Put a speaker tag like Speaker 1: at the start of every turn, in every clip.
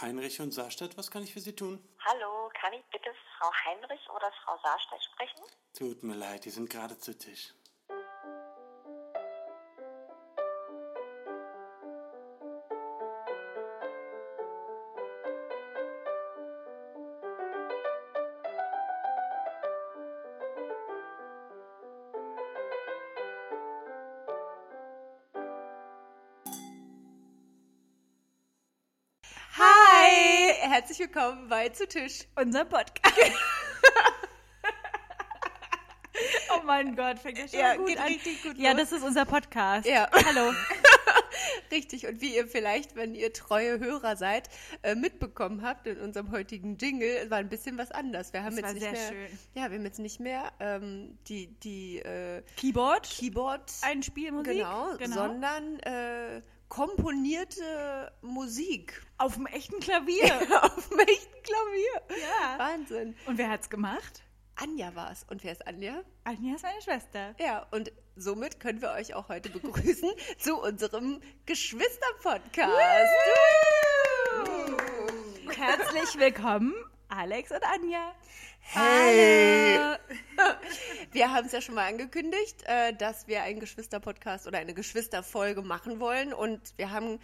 Speaker 1: Heinrich und Saarstadt, was kann ich für Sie tun?
Speaker 2: Hallo, kann ich bitte Frau Heinrich oder Frau Saarstedt sprechen?
Speaker 1: Tut mir leid, die sind gerade zu Tisch.
Speaker 3: Hi! Herzlich willkommen bei Zu Tisch.
Speaker 4: Unser Podcast. oh mein Gott, fängt ja schon
Speaker 3: Ja,
Speaker 4: gut
Speaker 3: geht
Speaker 4: an.
Speaker 3: richtig gut
Speaker 4: ja,
Speaker 3: los.
Speaker 4: das ist unser Podcast.
Speaker 3: Ja.
Speaker 4: Hallo.
Speaker 3: Richtig, und wie ihr vielleicht, wenn ihr treue Hörer seid, äh, mitbekommen habt in unserem heutigen Jingle, war ein bisschen was anders. Wir haben
Speaker 4: Das
Speaker 3: jetzt
Speaker 4: war
Speaker 3: nicht
Speaker 4: sehr
Speaker 3: mehr,
Speaker 4: schön.
Speaker 3: Ja, wir haben jetzt nicht mehr ähm, die, die äh,
Speaker 4: Keyboard.
Speaker 3: Keyboard,
Speaker 4: ein Spielmusik.
Speaker 3: genau, sondern äh, komponierte Musik
Speaker 4: Auf dem echten Klavier.
Speaker 3: auf dem echten Klavier.
Speaker 4: ja.
Speaker 3: Wahnsinn.
Speaker 4: Und wer hat's gemacht?
Speaker 3: Anja war es. Und wer ist Anja?
Speaker 4: Anja ist meine Schwester.
Speaker 3: Ja, und somit können wir euch auch heute begrüßen zu unserem Geschwister-Podcast.
Speaker 4: Herzlich willkommen, Alex und Anja.
Speaker 3: Hey! Äh, Wir haben es ja schon mal angekündigt, äh, dass wir einen Geschwister-Podcast oder eine Geschwisterfolge machen wollen. Und wir haben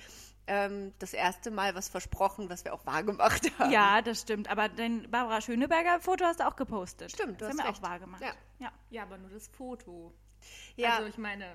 Speaker 3: ähm, das erste Mal was versprochen, was wir auch wahrgemacht haben.
Speaker 4: Ja, das stimmt. Aber dein Barbara Schöneberger Foto hast du auch gepostet.
Speaker 3: Stimmt, du
Speaker 4: das
Speaker 3: hast
Speaker 4: haben wir
Speaker 3: recht.
Speaker 4: auch wahrgemacht.
Speaker 3: Ja.
Speaker 4: ja.
Speaker 5: Ja, aber nur das Foto.
Speaker 3: Ja.
Speaker 5: Also ich meine,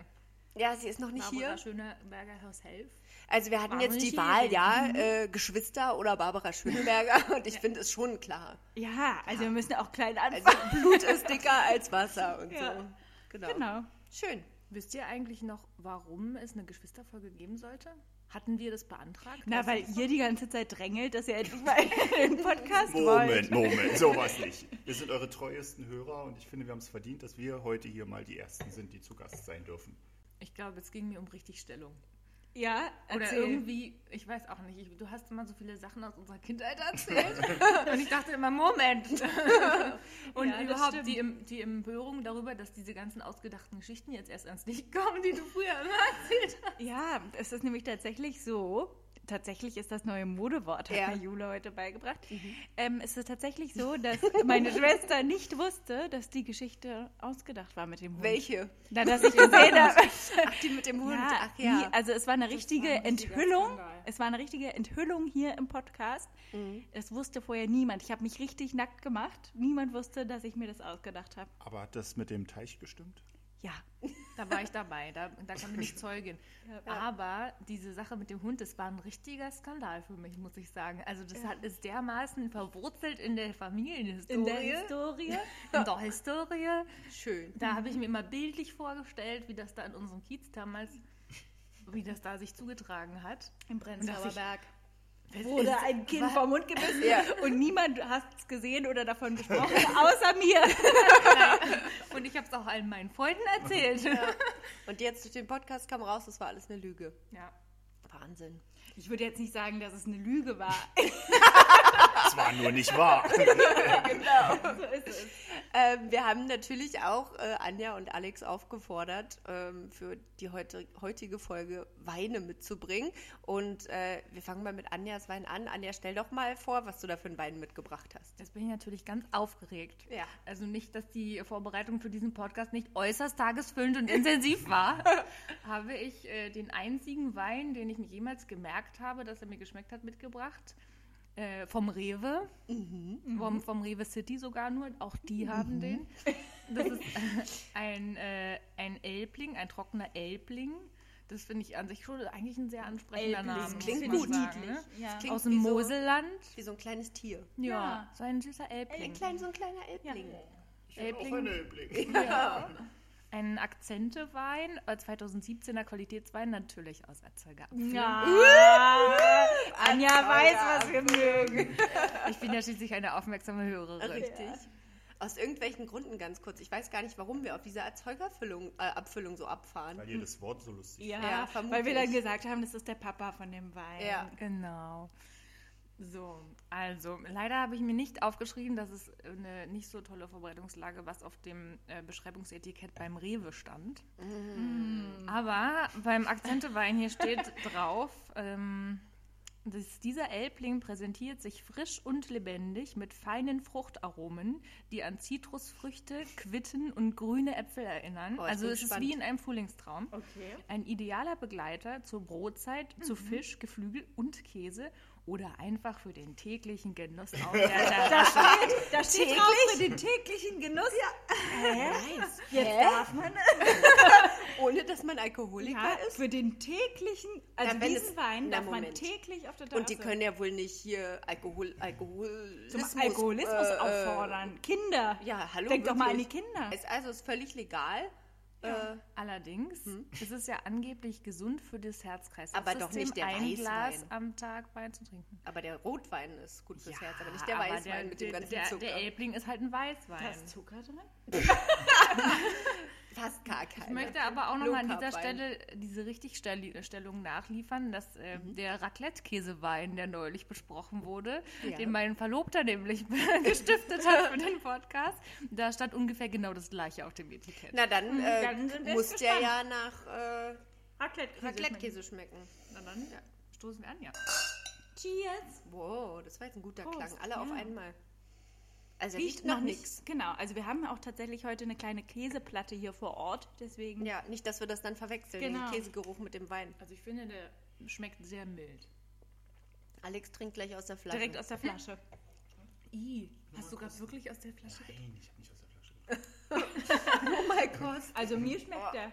Speaker 3: ja sie ist noch nicht
Speaker 5: Barbara
Speaker 3: hier.
Speaker 5: Schöneberger Herself.
Speaker 3: Also wir hatten
Speaker 5: War
Speaker 3: jetzt
Speaker 5: noch
Speaker 3: die
Speaker 5: nicht
Speaker 3: Wahl,
Speaker 5: hier.
Speaker 3: ja, äh, Geschwister oder Barbara Schöneberger. Und ich finde es schon klar.
Speaker 4: Ja, also wir müssen auch klein
Speaker 3: Also
Speaker 4: anfangen.
Speaker 3: Blut ist dicker als Wasser und
Speaker 4: Ja.
Speaker 3: so. Genau.
Speaker 4: genau.
Speaker 3: Schön.
Speaker 5: Wisst ihr eigentlich noch, warum es eine Geschwisterfolge geben sollte? Hatten wir das beantragt?
Speaker 4: Na,
Speaker 5: Weißt
Speaker 4: weil
Speaker 5: du das
Speaker 4: ihr die ganze Zeit drängelt, dass ihr endlich mal in den Podcast wollt.
Speaker 6: Moment, Moment, sowas nicht. Wir sind eure treuesten Hörer und ich finde, wir haben es verdient, dass wir heute hier mal die Ersten sind, die zu Gast sein dürfen.
Speaker 5: noch? Ich glaube, es ging mir um Richtigstellung.
Speaker 4: Ja,
Speaker 5: Oder
Speaker 4: erzähl.
Speaker 5: irgendwie, ich weiß auch nicht, ich, du hast immer so viele Sachen aus unserer Kindheit erzählt. und ich dachte immer, Moment. und
Speaker 4: Ja, das
Speaker 5: überhaupt
Speaker 4: stimmt.
Speaker 5: die, Em- die Empörung darüber, dass diese ganzen ausgedachten Geschichten jetzt erst ans Licht kommen, die du früher immer erzählt hast.
Speaker 4: Ja, es ist nämlich tatsächlich so. Tatsächlich ist das neue Modewort, hat
Speaker 3: Ja.
Speaker 4: mir Jule heute beigebracht.
Speaker 5: Mhm.
Speaker 4: Ähm, es ist tatsächlich so, dass meine Schwester nicht wusste, dass die Geschichte ausgedacht war mit dem Hund.
Speaker 3: Welche?
Speaker 4: Na, dass ich gesehen habe.
Speaker 3: Ach, die mit dem Hund.
Speaker 4: Ja,
Speaker 3: Ach ja.
Speaker 4: nie- also es war eine richtige
Speaker 5: war ein richtiger
Speaker 4: Enthüllung.
Speaker 5: Skandal. Mhm.
Speaker 4: Es war eine richtige Enthüllung hier im Podcast. Es wusste vorher niemand. Ich habe mich richtig nackt gemacht. Niemand wusste, dass ich mir das ausgedacht habe.
Speaker 6: Aber hat das mit dem Teich gestimmt?
Speaker 4: Ja.
Speaker 5: Da war ich dabei, da, da kann ich nicht Zeugin. Aber diese Sache mit dem Hund, das war ein richtiger Skandal für mich, muss ich sagen. Also das hat, ist dermaßen verwurzelt in der Familienhistorie,
Speaker 4: In der Historie.
Speaker 5: in der Historie.
Speaker 3: Schön.
Speaker 5: Da
Speaker 4: Mhm.
Speaker 5: habe ich mir immer bildlich vorgestellt, wie das da in unserem Kiez damals, wie das da sich zugetragen hat.
Speaker 4: Im Prenzlauer
Speaker 5: ich-
Speaker 4: Berg. Wurde ein Kind vom Mund gebissen
Speaker 3: Ja.
Speaker 4: und niemand hat es gesehen oder davon gesprochen, außer mir.
Speaker 5: Und ich habe es auch allen meinen Freunden erzählt.
Speaker 3: Und jetzt durch den Podcast kam raus, das war alles eine Lüge.
Speaker 5: Ja.
Speaker 3: Wahnsinn.
Speaker 4: Ich würde jetzt nicht sagen, dass es eine Lüge war.
Speaker 6: Es war nur nicht wahr.
Speaker 4: So ist es.
Speaker 3: Ähm, wir haben natürlich auch äh, Anja und Alex aufgefordert, ähm, für die heute, heutige Folge Weine mitzubringen. Und äh, wir fangen mal mit Anjas Wein an. Anja, stell doch mal vor, was du da für einen Wein mitgebracht hast.
Speaker 5: Jetzt bin ich natürlich ganz aufgeregt.
Speaker 3: Ja.
Speaker 5: Also nicht, dass die Vorbereitung für diesen Podcast nicht äußerst tagesfüllend und intensiv war. habe ich äh, den einzigen Wein, den ich mir jemals gemerkt habe, dass er mir geschmeckt hat, mitgebracht. Äh, vom Rewe.
Speaker 3: Mhm.
Speaker 5: Vom, vom Rewe City sogar nur. Auch die haben den. Das ist ein, äh, ein Elbling, ein trockener Elbling. Das finde ich an sich schon eigentlich ein sehr ansprechender
Speaker 4: Elbling.
Speaker 5: Name.
Speaker 3: Das klingt
Speaker 5: muss man
Speaker 3: gut.
Speaker 5: Sagen, ne?
Speaker 4: Ja.
Speaker 3: Klingt
Speaker 5: Aus dem
Speaker 3: wie so-
Speaker 5: Moselland.
Speaker 3: Wie so ein kleines Tier.
Speaker 5: Ja,
Speaker 4: Ja.
Speaker 5: so ein süßer Elbling.
Speaker 3: Ein klein, so ein kleiner Elbling.
Speaker 6: Ich hab auch
Speaker 5: Elbling.
Speaker 6: einen Elbling.
Speaker 5: Ein Akzentewein, äh, 2017er Qualitätswein, natürlich aus Erzeuger.
Speaker 4: Ja. Anja weiß, was wir mögen.
Speaker 5: Ich bin ja schließlich eine aufmerksame Hörerin.
Speaker 3: Richtig. Aus irgendwelchen Gründen ganz kurz. Ich weiß gar nicht, warum wir auf diese Erzeugerfüllung, äh, Abfüllung so abfahren.
Speaker 6: Weil ihr das Wort so lustig
Speaker 4: Ja,
Speaker 3: Ja,
Speaker 4: weil wir
Speaker 3: vermutlich.
Speaker 4: dann gesagt haben, das ist der Papa von dem Wein.
Speaker 3: Ja.
Speaker 5: Genau. So, also leider habe ich mir nicht aufgeschrieben, dass es eine nicht so tolle Vorbereitungslage, was auf dem äh, Beschreibungsetikett beim Rewe stand.
Speaker 3: Mm.
Speaker 5: Aber beim Akzentewein hier steht drauf, ähm, Das, dieser Elbling präsentiert sich frisch und lebendig mit feinen Fruchtaromen, die an Zitrusfrüchte, Quitten und grüne Äpfel erinnern.
Speaker 3: Oh, ich
Speaker 5: also
Speaker 3: bin
Speaker 5: es
Speaker 3: gespannt.
Speaker 5: ist wie in einem Frühlingstraum.
Speaker 4: Okay.
Speaker 5: Ein idealer Begleiter zur Brotzeit,
Speaker 3: Mhm.
Speaker 5: zu Fisch, Geflügel und Käse oder einfach für den täglichen Genuss auf der
Speaker 4: Da
Speaker 5: Terrasse.
Speaker 4: steht, da steht drauf für den täglichen Genuss. Hä? Jetzt darf man
Speaker 3: Ohne dass man Alkoholiker
Speaker 4: ja,
Speaker 3: ist.
Speaker 4: für den täglichen, also
Speaker 3: Na, wenn
Speaker 4: diesen
Speaker 3: es-
Speaker 4: Wein
Speaker 3: na,
Speaker 4: darf man
Speaker 3: Moment.
Speaker 4: täglich auf der Terrasse.
Speaker 3: Und die können ja wohl nicht hier Alkohol, Alkoholismus,
Speaker 4: also zum Alkoholismus
Speaker 3: äh, äh,
Speaker 4: auffordern. Kinder.
Speaker 3: Ja, hallo.
Speaker 4: Denk doch mal an die
Speaker 3: wirklich.
Speaker 4: Kinder.
Speaker 3: Es, also ist völlig legal. Äh,
Speaker 5: Allerdings ist es ja angeblich gesund für das Herz-Kreislauf.
Speaker 3: Hm. Aber doch nicht der
Speaker 5: ein Glas
Speaker 3: Weißwein.
Speaker 5: am Tag Wein zu trinken.
Speaker 3: aber der Rotwein ist gut fürs Herz, aber nicht der
Speaker 5: Ja, aber
Speaker 3: Weißwein mit dem
Speaker 5: der-
Speaker 3: ganzen
Speaker 5: der,
Speaker 3: Zucker.
Speaker 5: Der Elbling ist halt ein Weißwein.
Speaker 4: Da ist Zucker drin?
Speaker 3: Fast gar keiner.
Speaker 5: Ich möchte aber auch nochmal an dieser
Speaker 3: Low-Carb-Wein.
Speaker 5: Stelle äh, diese Richtigstellung nachliefern, dass äh,
Speaker 3: Mhm.
Speaker 5: der Raclette-Käsewein, der neulich besprochen wurde,
Speaker 3: Ja.
Speaker 5: den mein Verlobter nämlich gestiftet hat für den Podcast, da stand ungefähr genau das gleiche auf dem Etikett.
Speaker 3: Na dann, äh,
Speaker 4: Hm, dann sind wir
Speaker 3: muss der
Speaker 4: gespannt.
Speaker 3: ja nach äh,
Speaker 4: Raclette-Käse.
Speaker 3: Raclette-Käse schmecken.
Speaker 5: Na dann stoßen wir an, ja.
Speaker 4: Cheers.
Speaker 3: Wow, das war jetzt ein guter
Speaker 4: Prost,
Speaker 3: Klang. Alle auf
Speaker 4: ja.
Speaker 3: einmal. Also riecht, riecht noch nichts.
Speaker 4: Genau, also wir haben auch tatsächlich heute eine kleine Käseplatte hier vor Ort, deswegen.
Speaker 3: Ja, nicht, dass wir das dann verwechseln,
Speaker 4: Genau.
Speaker 3: den Käsegeruch mit dem Wein.
Speaker 5: Also ich finde, der schmeckt sehr mild.
Speaker 3: Alex trinkt gleich aus der Flasche.
Speaker 4: Direkt aus der Flasche.
Speaker 5: I, hast du gerade wirklich aus der Flasche
Speaker 6: Nein, ich habe nicht aus der Flasche getrunken.
Speaker 3: oh mein Gott.
Speaker 4: Also mir
Speaker 3: Oh.
Speaker 4: schmeckt der.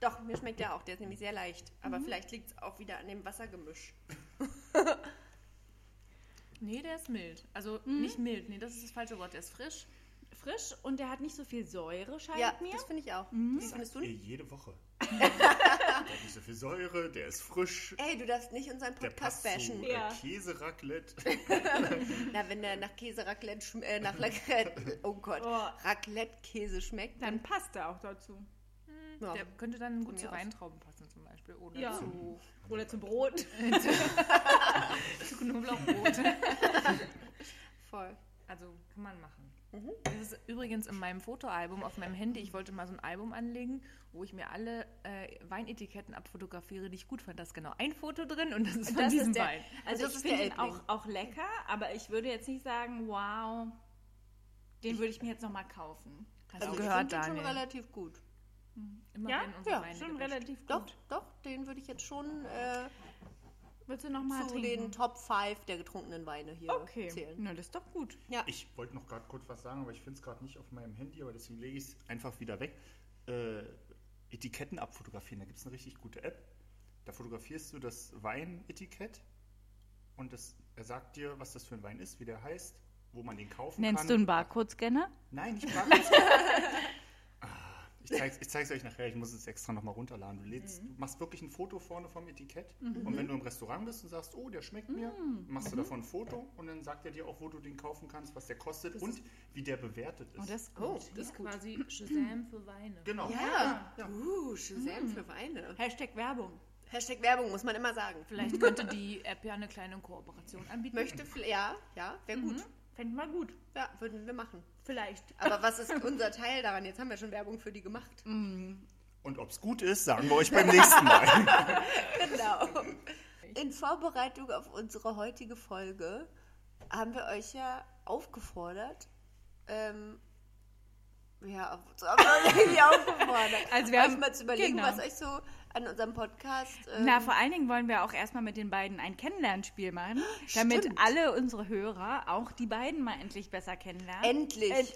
Speaker 3: Doch, mir schmeckt der auch. Der ist nämlich sehr leicht. Aber
Speaker 4: Mhm.
Speaker 3: vielleicht liegt es auch wieder an dem Wassergemisch.
Speaker 5: Nee, der ist mild. Also nicht mild, nee, das ist das falsche Wort. Der ist frisch.
Speaker 4: frisch und der hat nicht so viel Säure, scheint
Speaker 3: Ja,
Speaker 4: mir. Mhm.
Speaker 3: das finde ich auch. Das findest du
Speaker 6: Ihr
Speaker 3: nicht?
Speaker 6: jede Woche. der hat nicht so viel Säure, der ist frisch.
Speaker 3: Ey, du darfst nicht unseren
Speaker 6: Der
Speaker 3: Podcast
Speaker 6: passt zu
Speaker 3: bashen.
Speaker 6: äh,
Speaker 4: Ja.
Speaker 6: Käseraclette.
Speaker 3: Na, wenn der nach Käse Raclette, schm- äh, nach Raclette, oh Gott,
Speaker 4: Oh.
Speaker 3: Raclette-Käse schmeckt, dann
Speaker 4: Dann passt er auch dazu. Mhm.
Speaker 3: ja.
Speaker 5: Der könnte dann gut
Speaker 3: mir
Speaker 5: zu
Speaker 3: aus.
Speaker 5: Weintrauben passen zum Beispiel. Oder
Speaker 4: Ja.
Speaker 5: zu,
Speaker 4: Oder zu Brot.
Speaker 5: zu Knoblauchbrot.
Speaker 3: voll.
Speaker 5: Also kann man machen.
Speaker 3: Mhm.
Speaker 5: Das ist übrigens in meinem Fotoalbum auf meinem Handy. Ich wollte mal so ein Album anlegen, wo ich mir alle äh, Weinetiketten abfotografiere, die ich gut fand. Da ist genau ein Foto drin und das ist von diesem
Speaker 4: der,
Speaker 5: Wein.
Speaker 4: Also
Speaker 3: Das
Speaker 4: ich
Speaker 3: ist der
Speaker 4: finde ihn
Speaker 3: Elbling.
Speaker 4: auch, auch lecker, aber ich würde jetzt nicht sagen, wow, den würde ich mir jetzt nochmal kaufen.
Speaker 5: Hast
Speaker 3: Also ich
Speaker 5: du gehört,
Speaker 3: finde den schon
Speaker 5: Daniel?
Speaker 3: relativ gut.
Speaker 5: Immer
Speaker 4: Ja?
Speaker 5: wenn unsere
Speaker 3: Ja,
Speaker 5: Weine
Speaker 4: Schon
Speaker 5: gemischt-
Speaker 4: relativ gut.
Speaker 3: Doch, doch, den würde ich jetzt schon äh,
Speaker 4: Willst du nochmal
Speaker 3: zu den
Speaker 4: trinken?
Speaker 3: Top 5 der getrunkenen Weine hier
Speaker 4: okay,
Speaker 3: zählen.
Speaker 4: na das ist doch gut.
Speaker 6: Ich wollte noch gerade kurz was sagen, aber ich finde es gerade nicht auf meinem Handy, aber deswegen lege ich es einfach wieder weg. Äh, Etiketten abfotografieren, da gibt es eine richtig gute App. Da fotografierst du das Weinetikett und das, er sagt dir, was das für ein Wein ist, wie der heißt, wo man den kaufen
Speaker 4: Nennst
Speaker 6: kann.
Speaker 4: du einen Barcode-Scanner?
Speaker 6: Nein, ich frage ah, Ich zeig's, ich zeig's euch nachher, ich muss es extra nochmal runterladen. Du, lädst,
Speaker 4: Mhm.
Speaker 6: du machst wirklich ein Foto vorne vom Etikett und wenn du im Restaurant bist und sagst, oh, der schmeckt mir,
Speaker 4: Mhm.
Speaker 6: machst du davon ein Foto und dann sagt er dir auch, wo du den kaufen kannst, was der kostet und wie der bewertet ist.
Speaker 4: Oh, das ist gut.
Speaker 3: Oh, das ist gut.
Speaker 5: Quasi Shazam für Weine.
Speaker 6: genau.
Speaker 3: Ja, uh, Shazam für Weine.
Speaker 4: Mhm. Hashtag Werbung.
Speaker 3: Hashtag Werbung, muss man immer sagen.
Speaker 5: Vielleicht könnte die App ja eine kleine Kooperation anbieten.
Speaker 3: Möchte, vielleicht- ja, ja, wäre gut.
Speaker 4: Fänden wir gut.
Speaker 3: Ja, würden wir machen.
Speaker 4: Vielleicht.
Speaker 3: Aber was ist unser Teil daran? Jetzt haben wir schon Werbung für die gemacht.
Speaker 4: Mhm.
Speaker 6: Und ob es gut ist, sagen wir euch beim nächsten Mal.
Speaker 3: Genau. In Vorbereitung auf unsere heutige Folge haben wir euch ja aufgefordert, ähm, ja, auf, so haben wir euch irgendwie aufgefordert,
Speaker 4: Also wir
Speaker 3: euch
Speaker 4: haben-
Speaker 3: mal zu überlegen,
Speaker 4: genau.
Speaker 3: was euch so an unserem Podcast ähm,
Speaker 4: Na, vor allen Dingen wollen wir auch erstmal mit den beiden ein Kennenlernspiel machen, damit
Speaker 3: Stimmt.
Speaker 4: alle unsere Hörer auch die beiden mal endlich besser kennenlernen.
Speaker 3: endlich.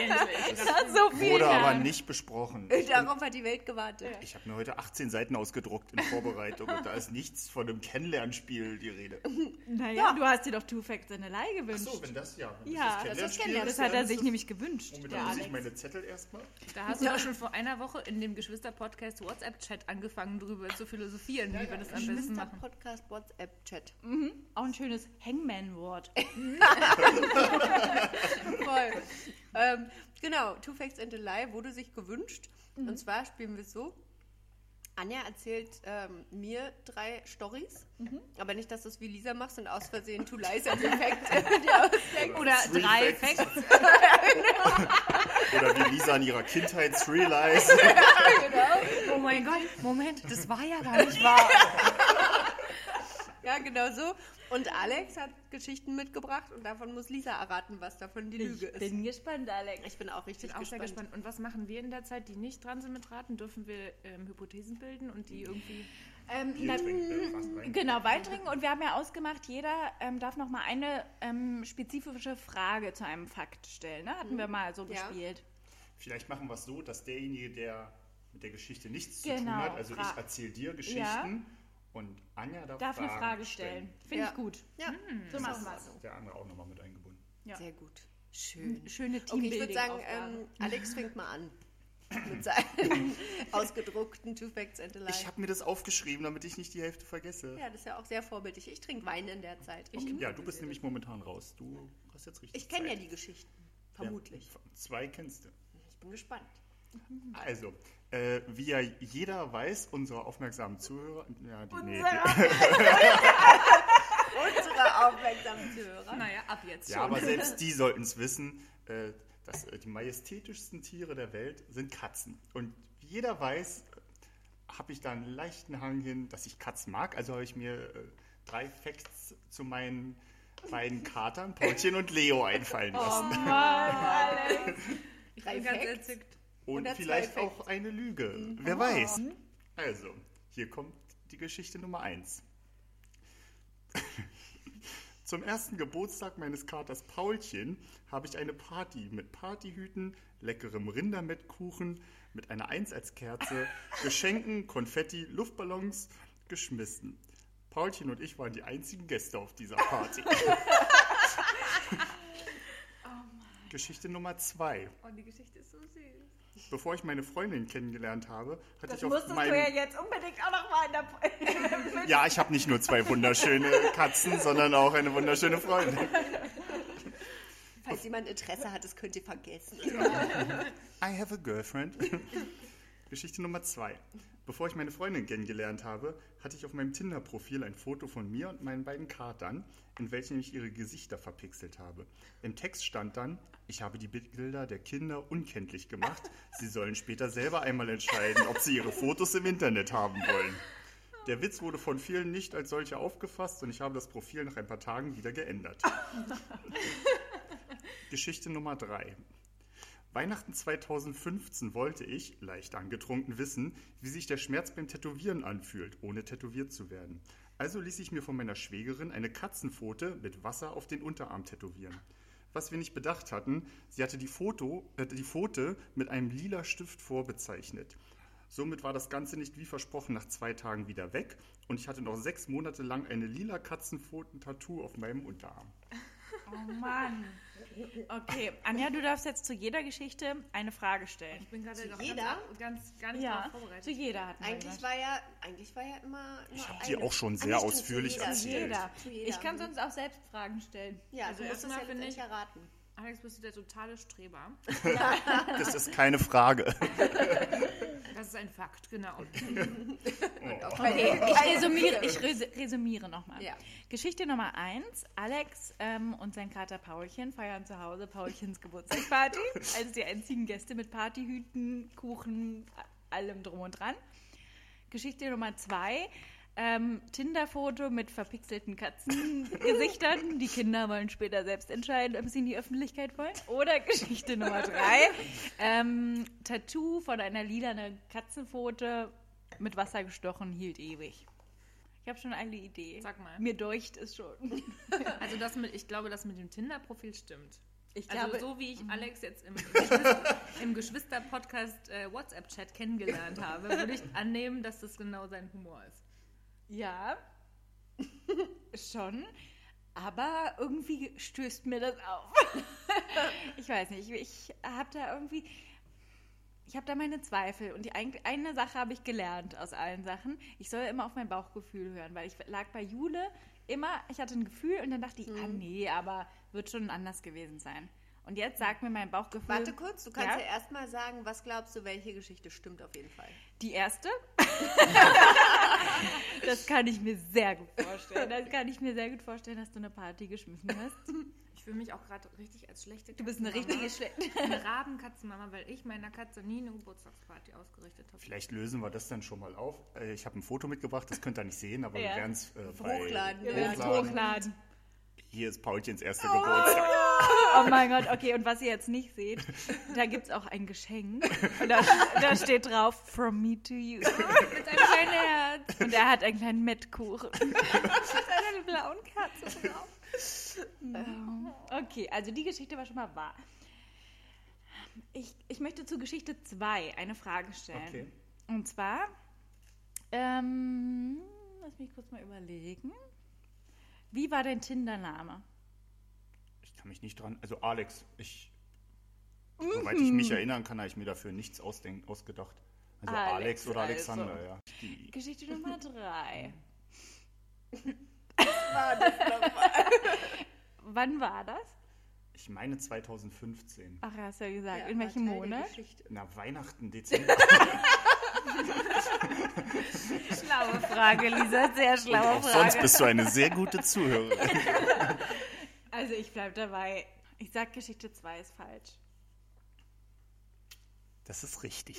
Speaker 5: Endlich.
Speaker 4: Das ist so viel
Speaker 6: Wurde
Speaker 4: Dank.
Speaker 6: aber nicht besprochen.
Speaker 3: Darauf hat die Welt gewartet.
Speaker 6: Ich habe mir heute 18 Seiten ausgedruckt in Vorbereitung und da ist nichts von einem Kennenlernspiel die Rede.
Speaker 4: Naja,
Speaker 3: Ja.
Speaker 4: du hast dir doch Two Facts in a Lie
Speaker 6: Ach
Speaker 4: gewünscht.
Speaker 6: so, wenn das ja. Wenn
Speaker 4: Ja, das
Speaker 3: ist
Speaker 6: Kennenlernspiel
Speaker 3: Kennenlernspiel.
Speaker 4: das
Speaker 6: ist,
Speaker 4: hat
Speaker 6: dann
Speaker 4: er
Speaker 6: ist
Speaker 4: sich
Speaker 6: das-
Speaker 4: nämlich gewünscht.
Speaker 6: Womit
Speaker 4: Der
Speaker 6: muss ich
Speaker 4: Alex.
Speaker 6: meine Zettel erstmal?
Speaker 5: Da hast du doch schon vor einer Woche in dem Geschwister-Podcast WhatsApp-Chat angefangen, drüber zu philosophieren, wie wir das am besten
Speaker 3: Geschwister
Speaker 5: machen.
Speaker 3: Podcast WhatsApp Chat.
Speaker 4: Mm, Auch ein schönes Hangman-Wort.
Speaker 3: Voll. ähm, genau, Two Facts and a Lie wurde sich gewünscht.
Speaker 4: Mhm.
Speaker 3: Und zwar spielen wir es so. Anja erzählt ähm, mir drei Stories,
Speaker 4: Mhm.
Speaker 3: aber nicht, dass du es wie Lisa machst und aus Versehen Two Lies and a Fact dir ausdenkst.
Speaker 5: Oder
Speaker 6: Three
Speaker 5: drei
Speaker 6: Facts.
Speaker 5: Facts.
Speaker 6: Oder wie Lisa in ihrer Kindheit äh, Three Lies.
Speaker 5: Oh mein Gott, Moment, das war ja gar nicht wahr.
Speaker 3: Ja, genau so. Und Alex hat Geschichten mitgebracht und davon muss Lisa erraten, was davon die Lüge
Speaker 4: Ich
Speaker 3: ist.
Speaker 4: bin gespannt, Alex.
Speaker 3: ich bin auch
Speaker 5: Ich bin
Speaker 3: richtig
Speaker 5: auch sehr
Speaker 3: gespannt.
Speaker 5: gespannt. Und was machen wir in der Zeit, die nicht dran sind mit Raten? Dürfen wir ähm, Hypothesen bilden und die irgendwie.
Speaker 3: Ähm,
Speaker 6: Bier trinken, äh, Fass rein.
Speaker 4: Genau, Wein trinken und wir haben ja ausgemacht, jeder ähm, darf noch mal eine ähm, spezifische Frage zu einem Fakt stellen. Ne? Hatten wir mal so
Speaker 3: Ja.
Speaker 4: gespielt.
Speaker 6: Vielleicht machen wir es so, dass derjenige, der mit der Geschichte nichts zu tun
Speaker 4: Genau,
Speaker 6: hat, also
Speaker 4: fra-
Speaker 6: ich erzähle dir Geschichten und Anja darf,
Speaker 4: Darf
Speaker 6: Fragen
Speaker 4: eine Frage stellen. Finde
Speaker 3: Ja.
Speaker 4: ich gut.
Speaker 3: Ja,
Speaker 4: Mhm. So machen wir es.
Speaker 6: Ist Der andere auch nochmal mit eingebunden.
Speaker 4: Ja.
Speaker 3: sehr gut. Schön.
Speaker 4: Schöne
Speaker 3: Okay, ich würde sagen,
Speaker 4: Teambuilding-Aufgabe.
Speaker 3: ähm, Alex fängt mal an. Mit seinen ausgedruckten Two Facts and a Lie.
Speaker 6: Ich habe mir das aufgeschrieben, damit ich nicht die Hälfte vergesse.
Speaker 3: ja, das ist ja auch sehr vorbildlich. Ich trinke Wein in der Zeit. Ich,
Speaker 6: Ja, du bist nämlich momentan raus. Du hast jetzt richtig.
Speaker 3: ich kenne ja
Speaker 6: Zeit.
Speaker 3: die Geschichten. Vermutlich.
Speaker 6: Ja, zwei kennst du.
Speaker 3: Ich bin gespannt.
Speaker 6: Also, äh, wie ja jeder weiß, unsere aufmerksamen Zuhörer. Ja, die, nee, die,
Speaker 3: Unsere aufmerksamen Zuhörer.
Speaker 5: Naja, ab jetzt
Speaker 6: Ja, aber selbst die sollten es wissen, äh, dass äh, die majestätischsten Tiere der Welt sind Katzen. Und wie jeder weiß, habe ich da einen leichten Hang hin, dass ich Katzen mag. Also habe ich mir äh, drei Facts zu meinen beiden Katern, Paulchen und Leo, einfallen lassen.
Speaker 5: Ich bin ganz
Speaker 3: Perfekt.
Speaker 5: erzückt.
Speaker 6: und
Speaker 3: oder zwei
Speaker 6: vielleicht
Speaker 3: Facts.
Speaker 6: auch eine Lüge. Wer weiß. Also, hier kommt die Geschichte Nummer 1. Zum ersten Geburtstag meines Katers Paulchen habe ich eine Party mit Partyhüten, leckerem Rindermettkuchen, mit einer Eins als Kerze, Geschenken, Konfetti, Luftballons geschmissen. Paulchen und ich waren die einzigen Gäste auf dieser Party. Geschichte Nummer 2.
Speaker 5: Oh, die Geschichte ist so süß.
Speaker 6: Bevor ich meine Freundin kennengelernt habe, hatte
Speaker 4: das
Speaker 6: ich auf
Speaker 4: musstest du ja
Speaker 6: meinem...
Speaker 4: jetzt unbedingt auch noch mal in der
Speaker 6: Ja, ich habe nicht nur zwei wunderschöne Katzen, sondern auch eine wunderschöne Freundin.
Speaker 3: Falls jemand Interesse hat, das könnt ihr vergessen.
Speaker 6: I have a girlfriend. Geschichte Nummer zwei. Bevor ich meine Freundin kennengelernt habe, hatte ich auf meinem Tinder-Profil ein Foto von mir und meinen beiden Katern, in welchen ich ihre Gesichter verpixelt habe. Im Text stand dann, ich habe die Bilder der Kinder unkenntlich gemacht. Sie sollen später selber einmal entscheiden, ob sie ihre Fotos im Internet haben wollen. Der Witz wurde von vielen nicht als solcher aufgefasst und ich habe das Profil nach ein paar Tagen wieder geändert. Geschichte Nummer drei. Weihnachten 2015 wollte ich, leicht angetrunken, wissen, wie sich der Schmerz beim Tätowieren anfühlt, ohne tätowiert zu werden. Also ließ ich mir von meiner Schwägerin eine Katzenpfote mit Wasser auf den Unterarm tätowieren. Was wir nicht bedacht hatten, sie hatte die, Foto, äh, die Pfote mit einem lila Stift vorbezeichnet. Somit war das Ganze nicht wie versprochen nach zwei Tagen wieder weg und ich hatte noch sechs Monate lang eine lila Katzenpfoten-Tattoo auf meinem Unterarm.
Speaker 4: Oh Mann. Okay, Anja, du darfst jetzt zu jeder Geschichte eine Frage stellen.
Speaker 5: Ich bin gerade noch
Speaker 3: jeder?
Speaker 5: ganz, ganz gar nicht darauf vorbereitet.
Speaker 4: zu jeder hatten wir
Speaker 3: Eigentlich
Speaker 4: das.
Speaker 3: war ja, eigentlich war ja immer nur Ah, Ich
Speaker 6: hab die auch schon sehr ausführlich erzählt.
Speaker 4: jeder.
Speaker 3: Zu jeder.
Speaker 4: Ich kann sonst auch selbst Fragen stellen.
Speaker 3: Ja,
Speaker 5: Also
Speaker 3: du musst es
Speaker 5: erstmal
Speaker 3: ja
Speaker 5: finde
Speaker 3: nicht
Speaker 5: ich-
Speaker 3: erraten.
Speaker 5: Alex, bist du der totale Streber?
Speaker 6: Das ist keine Frage.
Speaker 5: Das ist ein Fakt, genau.
Speaker 4: Okay, ich resümiere, ich resu- resümiere nochmal.
Speaker 3: Ja.
Speaker 4: Geschichte Nummer eins: Alex ähm, und sein Kater Paulchen feiern zu Hause Paulchens Geburtstagsparty als die einzigen Gäste mit Partyhüten, Kuchen, a- allem drum und dran. Geschichte Nummer zwei: ähm, Tinder-Foto mit verpixelten Katzengesichtern. die Kinder wollen später selbst entscheiden, ob sie in die Öffentlichkeit wollen. Oder Geschichte Nummer drei: ähm, Tattoo von einer lilanen Katzenpfote mit Wasser gestochen hielt ewig. Ich habe schon eine Idee.
Speaker 5: Sag mal.
Speaker 4: Mir deucht es schon.
Speaker 5: Also das mit, ich glaube, das mit dem Tinder-Profil stimmt.
Speaker 4: Ich
Speaker 5: also
Speaker 4: glaube-
Speaker 5: so wie ich Alex jetzt im, Geschwister- im Geschwister-Podcast äh, WhatsApp-Chat kennengelernt habe, würde ich annehmen, dass das genau sein Humor ist.
Speaker 4: Ja, schon. Aber irgendwie stößt mir das auf. ich weiß nicht, ich, ich habe da irgendwie, ich habe da meine Zweifel. Und die, ein- eine Sache habe ich gelernt aus allen Sachen. Ich soll immer auf mein Bauchgefühl hören, weil ich lag bei Jule immer, ich hatte ein Gefühl und dann dachte ich,
Speaker 3: Mhm.
Speaker 4: ah nee, aber wird schon anders gewesen sein. Und jetzt sagt mir mein Bauchgefühl.
Speaker 3: Warte
Speaker 6: Hm?
Speaker 3: kurz, du kannst ja,
Speaker 4: Ja?
Speaker 3: erstmal sagen, was glaubst du, welche Geschichte stimmt auf jeden Fall.
Speaker 4: Die erste? das kann ich mir sehr gut vorstellen. Das kann ich mir sehr gut vorstellen, dass du eine Party geschmissen hast.
Speaker 5: Ich fühle mich auch gerade richtig als schlechte
Speaker 4: Du bist eine richtige
Speaker 5: Katzenmama.
Speaker 4: Schlechte.
Speaker 5: Eine Rabenkatzenmama, weil ich meiner Katze nie eine Geburtstagsparty ausgerichtet habe.
Speaker 6: Vielleicht lösen wir das dann schon mal auf. Äh, Ich habe ein Foto mitgebracht, das könnt ihr nicht sehen, aber
Speaker 4: Ja.
Speaker 6: wir werden es äh, bei-
Speaker 3: Hochladen.
Speaker 4: Wir
Speaker 3: Wir
Speaker 4: werden es
Speaker 6: Hochladen.
Speaker 4: hochladen.
Speaker 6: Hier ist Paulchens erster Geburtstag.
Speaker 4: Oh mein Gott, okay, und was ihr jetzt nicht seht, da gibt es auch ein Geschenk. Und da, da steht drauf, from me to you.
Speaker 5: Mit einem kleinen Herz.
Speaker 4: Und er hat einen kleinen Mettkuchen.
Speaker 5: Eine blauen Katze drauf.
Speaker 4: Okay, also die Geschichte war schon mal wahr. Ich, ich möchte zu Geschichte 2 eine Frage stellen.
Speaker 6: Okay.
Speaker 4: Und zwar, ähm, lass mich kurz mal überlegen. Wie war dein Tinder-Name?
Speaker 6: Ich kann mich nicht dran. Also Alex, ich. Soweit ich mich erinnern kann, habe ich mir dafür nichts ausdenken, ausgedacht. Also Alex,
Speaker 4: Alex,
Speaker 6: oder
Speaker 4: also.
Speaker 6: Alexander, ja. Die,
Speaker 4: Geschichte Nummer 3. Wann war das?
Speaker 6: ich meine 2015.
Speaker 4: Ach, hast du ja gesagt. In welchem Monat?
Speaker 6: Na, Weihnachten, Dezember.
Speaker 4: Schlaue Frage, Lisa. Sehr
Speaker 6: Und
Speaker 4: schlaue
Speaker 6: auch sonst
Speaker 4: Frage.
Speaker 6: bist du eine sehr gute Zuhörerin.
Speaker 4: Also ich bleibe dabei. Ich sag, Geschichte 2 ist falsch.
Speaker 6: Das ist richtig.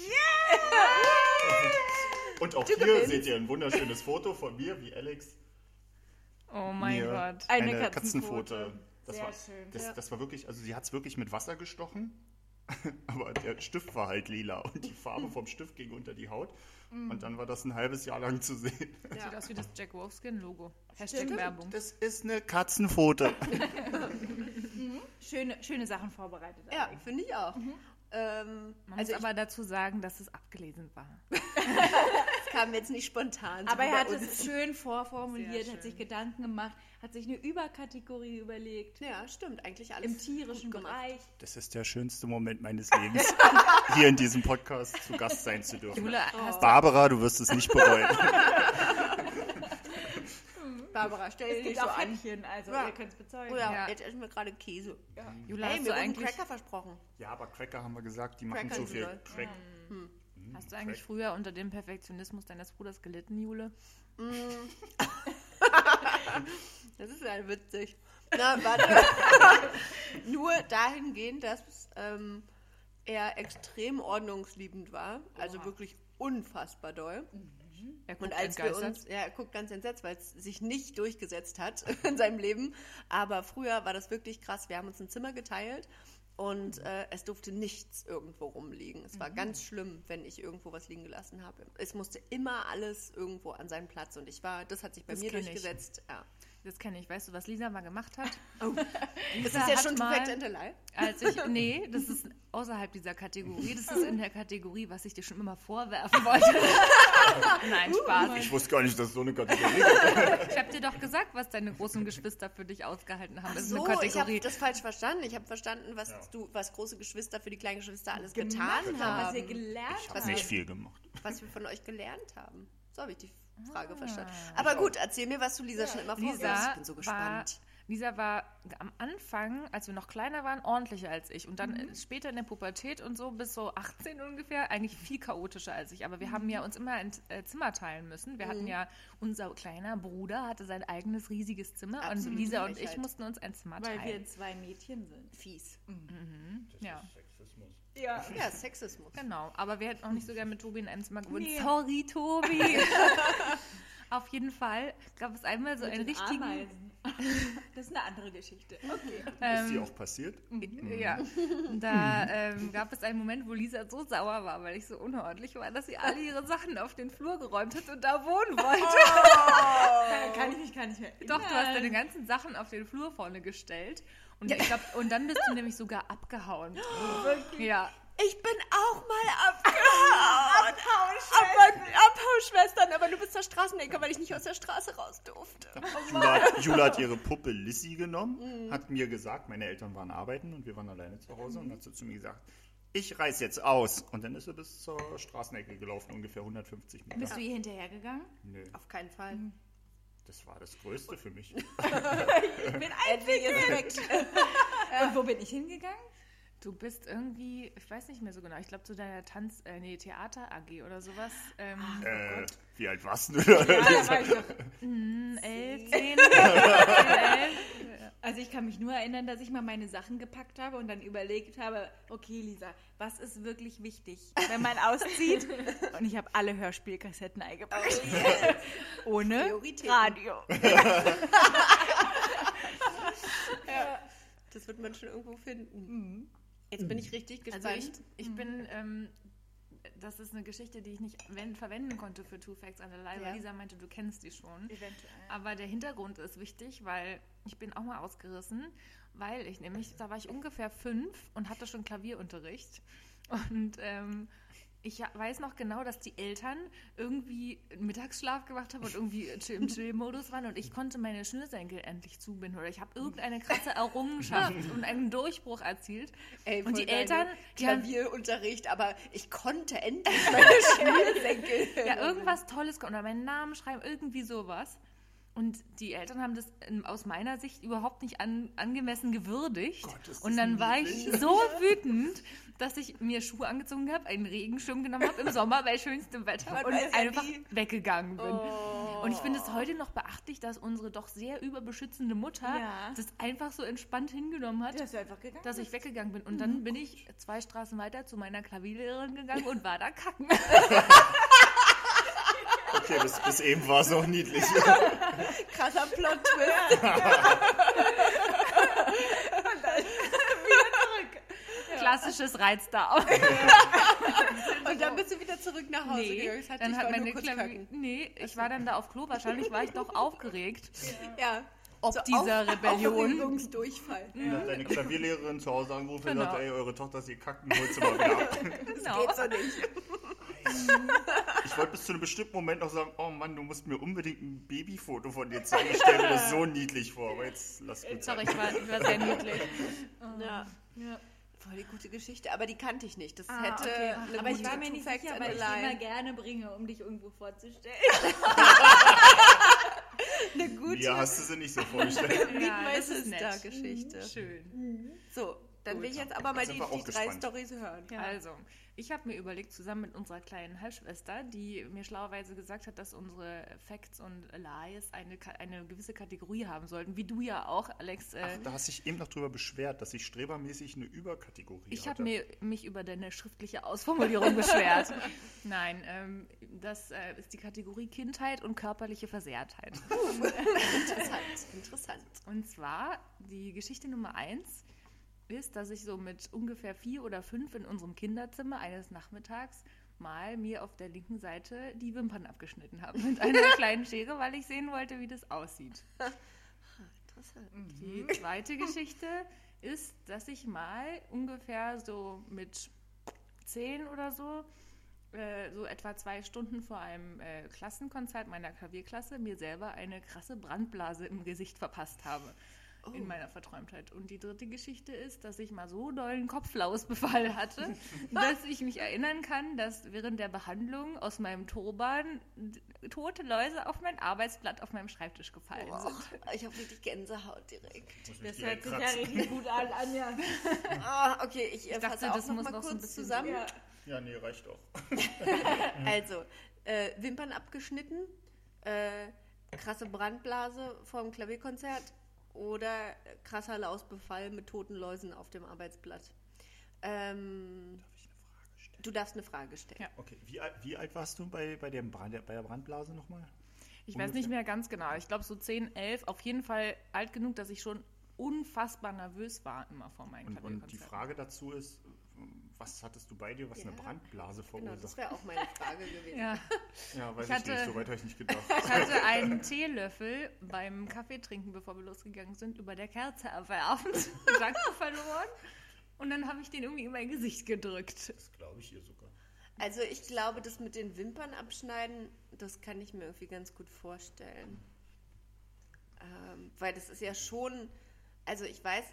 Speaker 6: Und auch hier seht ihr ein wunderschönes Foto von mir, wie Alex
Speaker 5: Oh mein
Speaker 6: mir
Speaker 5: Gott.
Speaker 4: Eine
Speaker 6: eine,
Speaker 4: Katzenpfote.
Speaker 6: Katzenpfote. Das
Speaker 4: Sehr
Speaker 6: war,
Speaker 4: schön.
Speaker 6: Das, das war wirklich, also sie hat es wirklich mit Wasser gestochen, aber der Stift war halt lila und die Farbe vom Stift ging unter die Haut. Und dann war das ein halbes Jahr lang zu sehen.
Speaker 5: Sieht aus wie das Jack Wolfskin-Logo. Hashtag Werbung.
Speaker 6: Das ist eine Katzenpfote.
Speaker 4: Schöne, schöne Sachen vorbereitet.
Speaker 3: Ja, finde ich auch.
Speaker 4: Mhm.
Speaker 3: Ähm,
Speaker 5: Man
Speaker 3: also
Speaker 5: muss
Speaker 3: ich
Speaker 5: aber dazu sagen, dass es abgelesen war.
Speaker 3: kam jetzt nicht spontan. so
Speaker 4: Aber er
Speaker 3: bei
Speaker 4: hat
Speaker 3: uns.
Speaker 4: es schön vorformuliert, hat
Speaker 5: Sehr schön.
Speaker 4: sich Gedanken gemacht, hat sich eine Überkategorie überlegt.
Speaker 3: Ja, stimmt. Eigentlich alles
Speaker 4: Im tierischen
Speaker 3: gut gemacht.
Speaker 4: Bereich.
Speaker 6: Das ist der schönste Moment meines Lebens, hier in diesem Podcast zu Gast sein zu dürfen.
Speaker 5: Jule, hast du
Speaker 6: Barbara, du wirst es nicht bereuen.
Speaker 3: Barbara, stell
Speaker 4: Es
Speaker 3: dich nicht
Speaker 4: gibt
Speaker 3: so
Speaker 4: auch
Speaker 3: an.
Speaker 4: Häppchen, also
Speaker 3: Ja.
Speaker 4: ihr könnt es bezeugen.
Speaker 3: Oder
Speaker 5: Ja.
Speaker 3: jetzt essen wir gerade Käse.
Speaker 5: Jule,
Speaker 3: Hey,
Speaker 5: hast
Speaker 3: mir
Speaker 5: du
Speaker 3: wurden
Speaker 5: eigentlich,
Speaker 3: Cracker versprochen.
Speaker 6: Ja, aber Cracker haben wir gesagt, die machen
Speaker 3: Cracker
Speaker 6: zu
Speaker 3: sind
Speaker 6: viel
Speaker 3: doll.
Speaker 6: Crack.
Speaker 5: hast du eigentlich
Speaker 6: Hm, Crack.
Speaker 5: früher unter dem Perfektionismus deines Bruders gelitten, Jule?
Speaker 3: Das ist ja witzig. Na, warte. Nur dahingehend, dass ähm, er extrem ordnungsliebend war. Also wirklich unfassbar doll.
Speaker 5: Er guckt
Speaker 3: Und als wir
Speaker 5: entgeistert.
Speaker 3: uns, ja, er guckt ganz entsetzt, weil es sich nicht durchgesetzt hat in seinem Leben. Aber früher war das wirklich krass. Wir haben uns ein Zimmer geteilt und
Speaker 5: Mhm.
Speaker 3: äh, es durfte nichts irgendwo rumliegen. Es war ganz schlimm, wenn ich irgendwo was liegen gelassen habe. Es musste immer alles irgendwo an seinen Platz und ich war, das hat sich bei
Speaker 5: Das
Speaker 3: mir
Speaker 5: kenn ich.
Speaker 3: durchgesetzt. Ja.
Speaker 5: Das kenne ich. Weißt du, was Lisa mal gemacht hat?
Speaker 3: Das
Speaker 5: Lisa
Speaker 3: ist ja
Speaker 5: hat
Speaker 3: schon
Speaker 5: mal-
Speaker 3: perfekt Enterlei.
Speaker 5: Als ich, nee, das ist außerhalb dieser Kategorie. Das ist in der Kategorie, was ich dir schon immer vorwerfen wollte. Nein, Spaß.
Speaker 6: Ich wusste gar nicht, dass es so eine Kategorie gibt.
Speaker 5: Ich habe dir doch gesagt, was deine großen Geschwister für dich ausgehalten haben. Das ist
Speaker 3: So,
Speaker 5: eine
Speaker 3: ich habe
Speaker 5: Kategorie.
Speaker 3: das falsch verstanden. Ich habe verstanden, was du, was große Geschwister für die kleinen Geschwister alles getan
Speaker 4: Was ihr
Speaker 3: haben,
Speaker 4: gelernt
Speaker 6: Ich
Speaker 4: habt.
Speaker 6: habe nicht viel gemacht.
Speaker 3: was wir von euch gelernt haben. So habe ich die Frage verstanden. Aber gut, erzähl mir, was du Lisa schon immer vorwirfst.
Speaker 5: Ah. Lisa
Speaker 3: Ich bin so
Speaker 5: war,
Speaker 3: gespannt.
Speaker 5: Lisa war am Anfang, als wir noch kleiner waren, ordentlicher als ich. Und dann
Speaker 3: Mhm.
Speaker 5: später in der Pubertät und so bis so 18 ungefähr eigentlich viel chaotischer als ich. Aber wir
Speaker 3: Mhm.
Speaker 5: haben ja uns immer ein äh, Zimmer teilen müssen. Wir hatten ja, unser kleiner Bruder hatte sein eigenes riesiges Zimmer und
Speaker 3: Absolute
Speaker 5: Lisa und ich
Speaker 3: Frechheit.
Speaker 5: mussten uns ein Zimmer
Speaker 4: Weil wir
Speaker 5: teilen.
Speaker 4: zwei Mädchen sind.
Speaker 3: Fies.
Speaker 5: Ja.
Speaker 4: Ja.
Speaker 3: Ja, Sexismus.
Speaker 5: Genau, aber wir hätten auch nicht so gerne mit Tobi in einem Zimmer gewohnt.
Speaker 4: Nee.
Speaker 5: Sorry, Tobi. Auf jeden Fall gab es einmal so
Speaker 4: Mit
Speaker 5: einen
Speaker 4: den
Speaker 5: richtigen...
Speaker 4: Ameisen. Das ist eine andere Geschichte. Okay.
Speaker 6: Ist die auch passiert?
Speaker 5: Ja, da ähm, gab es einen Moment, wo Lisa so sauer war, weil ich so unordentlich war, dass sie alle ihre Sachen auf den Flur geräumt hat und da wohnen wollte.
Speaker 4: Kann, kann ich mich gar nicht mehr erinnern.
Speaker 5: Doch, du hast deine ganzen Sachen auf den Flur vorne gestellt. Und, ich glaub, und dann bist du nämlich sogar abgehauen. Ja,
Speaker 3: Ich bin auch mal abgehauen. Abhauen, Abhauschwestern, aber du bist der Straßenenker, weil ich nicht aus der Straße raus durfte.
Speaker 6: Jula, hat- Jula hat ihre Puppe Lissy genommen, hat mir gesagt, meine Eltern waren arbeiten und wir waren alleine zu Hause und hat so zu mir gesagt, ich reiß jetzt aus. Und dann ist sie bis zur Straßenecke gelaufen, ungefähr 150 Meter.
Speaker 4: Bist du ihr hinterhergegangen?
Speaker 6: Nö,
Speaker 3: Auf keinen Fall.
Speaker 5: Mhm.
Speaker 6: das war das Größte für mich.
Speaker 4: Ich bin eingegangen. Und wo bin ich hingegangen?
Speaker 5: du bist irgendwie, ich weiß nicht mehr so genau, ich glaube zu deiner Tanz-, äh, nee, Theater-AG oder sowas. Ähm,
Speaker 6: äh, wie alt warst du? da?
Speaker 4: Hm, Ja, da war ich doch.
Speaker 5: elf, zehn, zehn, elf.
Speaker 4: Also ich kann mich nur erinnern, dass ich mal meine Sachen gepackt habe und dann überlegt habe, okay Lisa, was ist wirklich wichtig, wenn man auszieht? Und ich habe alle Hörspielkassetten eingepackt.
Speaker 3: Oh
Speaker 4: Ohne
Speaker 3: Prioritäten.
Speaker 4: Radio.
Speaker 3: Das wird man schon irgendwo finden.
Speaker 4: Mhm.
Speaker 3: Jetzt bin ich richtig gespannt.
Speaker 5: Also ich, ich bin, ähm, das ist eine Geschichte, die ich nicht wenn, verwenden konnte für Two Facts and a Lie,
Speaker 3: Ja.
Speaker 5: weil Lisa meinte, du kennst die schon.
Speaker 4: Eventuell.
Speaker 5: Aber der Hintergrund ist wichtig, weil ich bin auch mal ausgerissen, weil ich nämlich, da war ich ungefähr fünf und hatte schon Klavierunterricht. Und ähm, ich ha- weiß noch genau, dass die Eltern irgendwie Mittagsschlaf gemacht haben und irgendwie chill- im Chill-Modus waren und ich konnte meine Schnürsenkel endlich zubinden oder ich habe irgendeine krasse Errungenschaft und einen Durchbruch erzielt.
Speaker 3: Ey,
Speaker 5: und die
Speaker 3: voll deine
Speaker 5: Eltern, die haben
Speaker 3: Klavierunterricht, aber ich konnte endlich meine Schnürsenkel.
Speaker 5: Ja, irgendwas Tolles kommt. Oder meinen Namen schreiben, irgendwie sowas. Und die Eltern haben das ähm, aus meiner Sicht überhaupt nicht an, angemessen gewürdigt.
Speaker 6: Gott, ist das
Speaker 5: und dann war ich
Speaker 6: niedlich.
Speaker 5: so wütend, dass ich mir Schuhe angezogen habe, einen Regenschirm genommen habe im Sommer bei schönstem Wetter
Speaker 3: Man
Speaker 5: und
Speaker 3: weiß ja
Speaker 5: einfach
Speaker 3: nie.
Speaker 5: weggegangen bin. Und ich finde es heute noch beachtlich, dass unsere doch sehr überbeschützende Mutter
Speaker 4: Ja.
Speaker 5: das einfach so entspannt hingenommen hat
Speaker 4: Dass du einfach gegangen
Speaker 5: dass ich weggegangen bin. Und dann bin ich zwei Straßen weiter zu meiner Klavierlehrerin gegangen und war da kacken.
Speaker 6: Okay, bis, bis eben war es noch niedlich.
Speaker 3: Krasser Plot-Twist.
Speaker 5: Klassisches Reizdarm.
Speaker 3: Und dann bist du wieder zurück nach Hause gegangen. Es
Speaker 5: Oh. dann
Speaker 3: dich
Speaker 5: hat
Speaker 3: voll
Speaker 5: meine
Speaker 3: nur kurz
Speaker 5: Klavi
Speaker 3: kacken.
Speaker 5: Nee, ich war dann da auf Klo. Wahrscheinlich war ich doch aufgeregt.
Speaker 3: ne? Ja.
Speaker 5: Ob dieser Rebellion.
Speaker 3: Aufregungsdurchfall.
Speaker 6: Und dann hat deine Klavierlehrerin zu Hause angerufen und
Speaker 5: Genau.
Speaker 6: gesagt, ey, eure Tochter ist hier kacken, holt's mal wieder ab.
Speaker 5: Genau.
Speaker 3: Geht so nicht.
Speaker 6: Ich wollte bis zu einem bestimmten Moment noch sagen, oh Mann, du musst mir unbedingt ein Babyfoto von dir zeigen. Ich stelle mir das so niedlich vor, aber jetzt lass gut
Speaker 5: Sorry,
Speaker 6: sein.
Speaker 5: ich war, ich war sehr niedlich.
Speaker 4: Oh.
Speaker 3: Ja.
Speaker 5: Ja.
Speaker 3: Voll die gute Geschichte, aber die kannte ich nicht. Das
Speaker 4: Ah,
Speaker 3: hätte.
Speaker 4: okay.
Speaker 3: eine
Speaker 4: Aber ich
Speaker 3: gute
Speaker 4: war mir nicht
Speaker 3: Two Facts
Speaker 4: sicher,
Speaker 3: and a
Speaker 4: weil ich sie
Speaker 3: Lie.
Speaker 4: immer gerne bringe, um dich irgendwo vorzustellen.
Speaker 3: eine gute
Speaker 6: Ja, hast du sie nicht so vorgestellt.
Speaker 5: Ja, das ist nett.
Speaker 3: Geschichte.
Speaker 5: Schön.
Speaker 3: So, dann
Speaker 5: Gut.
Speaker 3: will ich jetzt aber mal
Speaker 6: Jetzt
Speaker 3: die,
Speaker 6: sind wir auch
Speaker 3: die drei
Speaker 6: gespannt.
Speaker 3: Storys hören.
Speaker 5: Also, ich habe mir überlegt, zusammen mit unserer kleinen Halbschwester, die mir schlauerweise gesagt hat, dass unsere Facts und Lies eine, Ka- eine gewisse Kategorie haben sollten, wie du ja auch, Alex. Äh,
Speaker 6: Da hast du dich eben noch drüber beschwert, dass ich strebermäßig eine Überkategorie
Speaker 5: Ich habe
Speaker 6: hatte.
Speaker 5: mir mich über deine schriftliche Ausformulierung beschwert. Nein, ähm, das äh, ist die Kategorie Kindheit und körperliche Versehrtheit.
Speaker 3: Interessant, interessant.
Speaker 5: Und zwar die Geschichte Nummer eins ist, dass ich so mit ungefähr vier oder fünf in unserem Kinderzimmer eines Nachmittags mal mir auf der linken Seite die Wimpern abgeschnitten habe mit einer kleinen Schere, weil ich sehen wollte, wie das aussieht.
Speaker 3: Interessant.
Speaker 5: Die zweite Geschichte ist, dass ich mal ungefähr so mit zehn oder so, äh, so etwa zwei Stunden vor einem äh, Klassenkonzert meiner Klavierklasse, mir selber eine krasse Brandblase im Gesicht verpasst habe. In meiner Verträumtheit. Und die dritte Geschichte ist, dass ich mal so dollen Kopflausbefall hatte, dass ich mich erinnern kann, dass während der Behandlung aus meinem Turban d- tote Läuse auf mein Arbeitsblatt auf meinem Schreibtisch gefallen sind.
Speaker 3: Boah, ich habe richtig Gänsehaut direkt.
Speaker 6: Muss mich
Speaker 4: Das hört
Speaker 6: direkt
Speaker 4: sich ja
Speaker 6: kratzen.
Speaker 4: richtig gut an, Anja.
Speaker 3: Ah, okay, ich, ich
Speaker 5: dachte,
Speaker 3: fasse auch
Speaker 5: das
Speaker 3: noch
Speaker 5: muss
Speaker 3: mal
Speaker 5: noch so ein
Speaker 3: kurz
Speaker 5: bisschen-
Speaker 3: zusammen.
Speaker 4: Ja.
Speaker 6: Ja, nee, reicht auch.
Speaker 3: Also, äh, Wimpern abgeschnitten, äh, krasse Brandblase vor dem Klavierkonzert oder krasser Lausbefall mit toten Läusen auf dem Arbeitsblatt. Ähm, du darfst eine Frage stellen.
Speaker 5: Ja.
Speaker 6: Okay, wie, alt- wie alt warst du bei, bei, dem Brand, bei der Brandblase nochmal?
Speaker 5: Ich weiß nicht mehr ganz genau. Ich glaube so 10, 11. Auf jeden Fall alt genug, dass ich schon unfassbar nervös war immer vor meinen
Speaker 6: Und, und die
Speaker 5: Klavierkonzerten.
Speaker 6: Frage dazu ist, was hattest du bei dir, was eine
Speaker 3: Ja.
Speaker 6: Brandblase
Speaker 3: Genau, das
Speaker 6: verursacht?
Speaker 3: wäre auch meine Frage gewesen.
Speaker 5: Ja,
Speaker 6: Oh, ja, weiß
Speaker 5: Ich
Speaker 6: ich,
Speaker 5: hatte-
Speaker 6: nicht, so weit habe ich nicht gedacht.
Speaker 5: ich hatte einen Teelöffel beim Kaffeetrinken, bevor wir losgegangen sind, über der Kerze erwerfen, Gedanken verloren. Und dann habe ich den irgendwie in mein Gesicht gedrückt.
Speaker 6: Das glaube ich ihr sogar.
Speaker 3: Also ich glaube, das mit den Wimpern abschneiden, das kann ich mir irgendwie ganz gut vorstellen. Ähm, weil das ist ja schon, also ich weiß,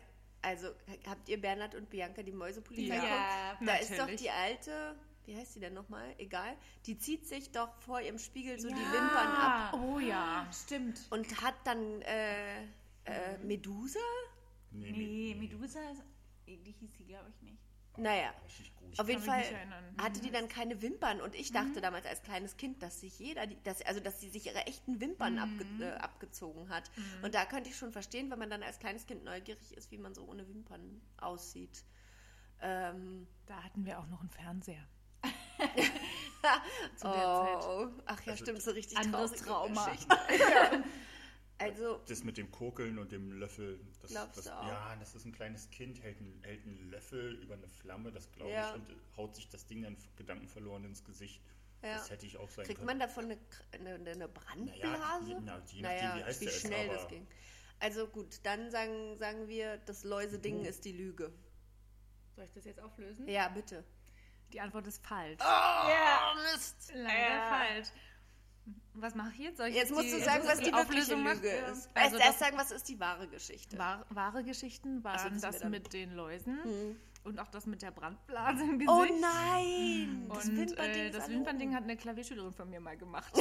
Speaker 3: also habt ihr Bernhard und Bianca die Mäusepolizei
Speaker 5: Ja,
Speaker 3: geguckt? Da ist doch
Speaker 5: natürlich.
Speaker 3: die alte, wie heißt die denn nochmal? Egal. Die zieht sich doch vor ihrem Spiegel so die
Speaker 4: Ja.
Speaker 3: Wimpern ab
Speaker 5: Oh ja.
Speaker 4: Stimmt.
Speaker 3: und hat dann äh, äh, Medusa?
Speaker 6: Nee,
Speaker 4: Nee, Medusa, ist, die hieß sie, glaube ich, nicht.
Speaker 3: Naja.
Speaker 6: Richtig gut.
Speaker 3: Auf jeden
Speaker 5: kann
Speaker 3: Fall
Speaker 5: mich nicht erinnern.
Speaker 3: hatte die dann keine Wimpern und ich dachte damals als kleines Kind, dass sich jeder, die, dass, also dass sie sich ihre echten Wimpern abge, äh, abgezogen hat. Und da könnte ich schon verstehen, wenn man dann als kleines Kind neugierig ist, wie man so ohne Wimpern aussieht. Ähm,
Speaker 4: Da hatten wir auch noch einen Fernseher.
Speaker 3: Zu
Speaker 4: der
Speaker 3: oh, Ach ja,
Speaker 6: Also,
Speaker 3: stimmt, so richtig
Speaker 4: Anderes
Speaker 3: traurige
Speaker 4: Trauma.
Speaker 3: Geschichte. ja. Also,
Speaker 6: Das mit dem Kokeln und dem Löffel. Das,
Speaker 3: Glaubst
Speaker 6: das,
Speaker 3: du auch?
Speaker 6: Ja, das ist ein kleines Kind, hält einen, hält einen Löffel über eine Flamme, das glaube
Speaker 3: Ja.
Speaker 6: ich, und äh, haut sich das Ding dann Gedanken verloren ins Gesicht.
Speaker 3: Ja.
Speaker 6: Das hätte ich auch sein
Speaker 3: kriegt
Speaker 6: können.
Speaker 3: man davon eine, Kr- eine, eine- eine Brandblase?
Speaker 6: je- na, je nachdem, wie heiß der ist,
Speaker 3: schnell das
Speaker 6: aber-
Speaker 3: ging. Also gut, dann sagen, sagen wir, das Läuseding ist die Lüge.
Speaker 5: Soll ich das jetzt auflösen?
Speaker 3: Ja, bitte.
Speaker 5: Die Antwort ist falsch.
Speaker 6: Oh,
Speaker 4: Ja.
Speaker 3: Mist.
Speaker 5: Leider falsch. Was mache ich jetzt? Soll ich
Speaker 3: Jetzt musst
Speaker 5: die-
Speaker 3: du sagen,
Speaker 5: jetzt
Speaker 3: was
Speaker 5: die
Speaker 3: die, wirkliche
Speaker 5: Auflösung
Speaker 3: Lüge
Speaker 5: machen?
Speaker 3: ist.
Speaker 5: Also
Speaker 3: Also erst
Speaker 5: das
Speaker 3: sagen, was ist die wahre Geschichte?
Speaker 5: war, wahre Geschichten
Speaker 3: Ach so,
Speaker 5: waren
Speaker 3: das
Speaker 5: das
Speaker 3: wär dann-
Speaker 5: mit den Läusen
Speaker 3: Hm.
Speaker 5: und auch das mit der Brandblase im Gesicht.
Speaker 3: Oh nein!
Speaker 5: Und
Speaker 3: Das Wimpernding
Speaker 5: äh,
Speaker 3: ist
Speaker 5: das
Speaker 3: alle
Speaker 5: Wimpern-Ding
Speaker 3: oben.
Speaker 5: hat eine Klavierschülerin von mir mal gemacht.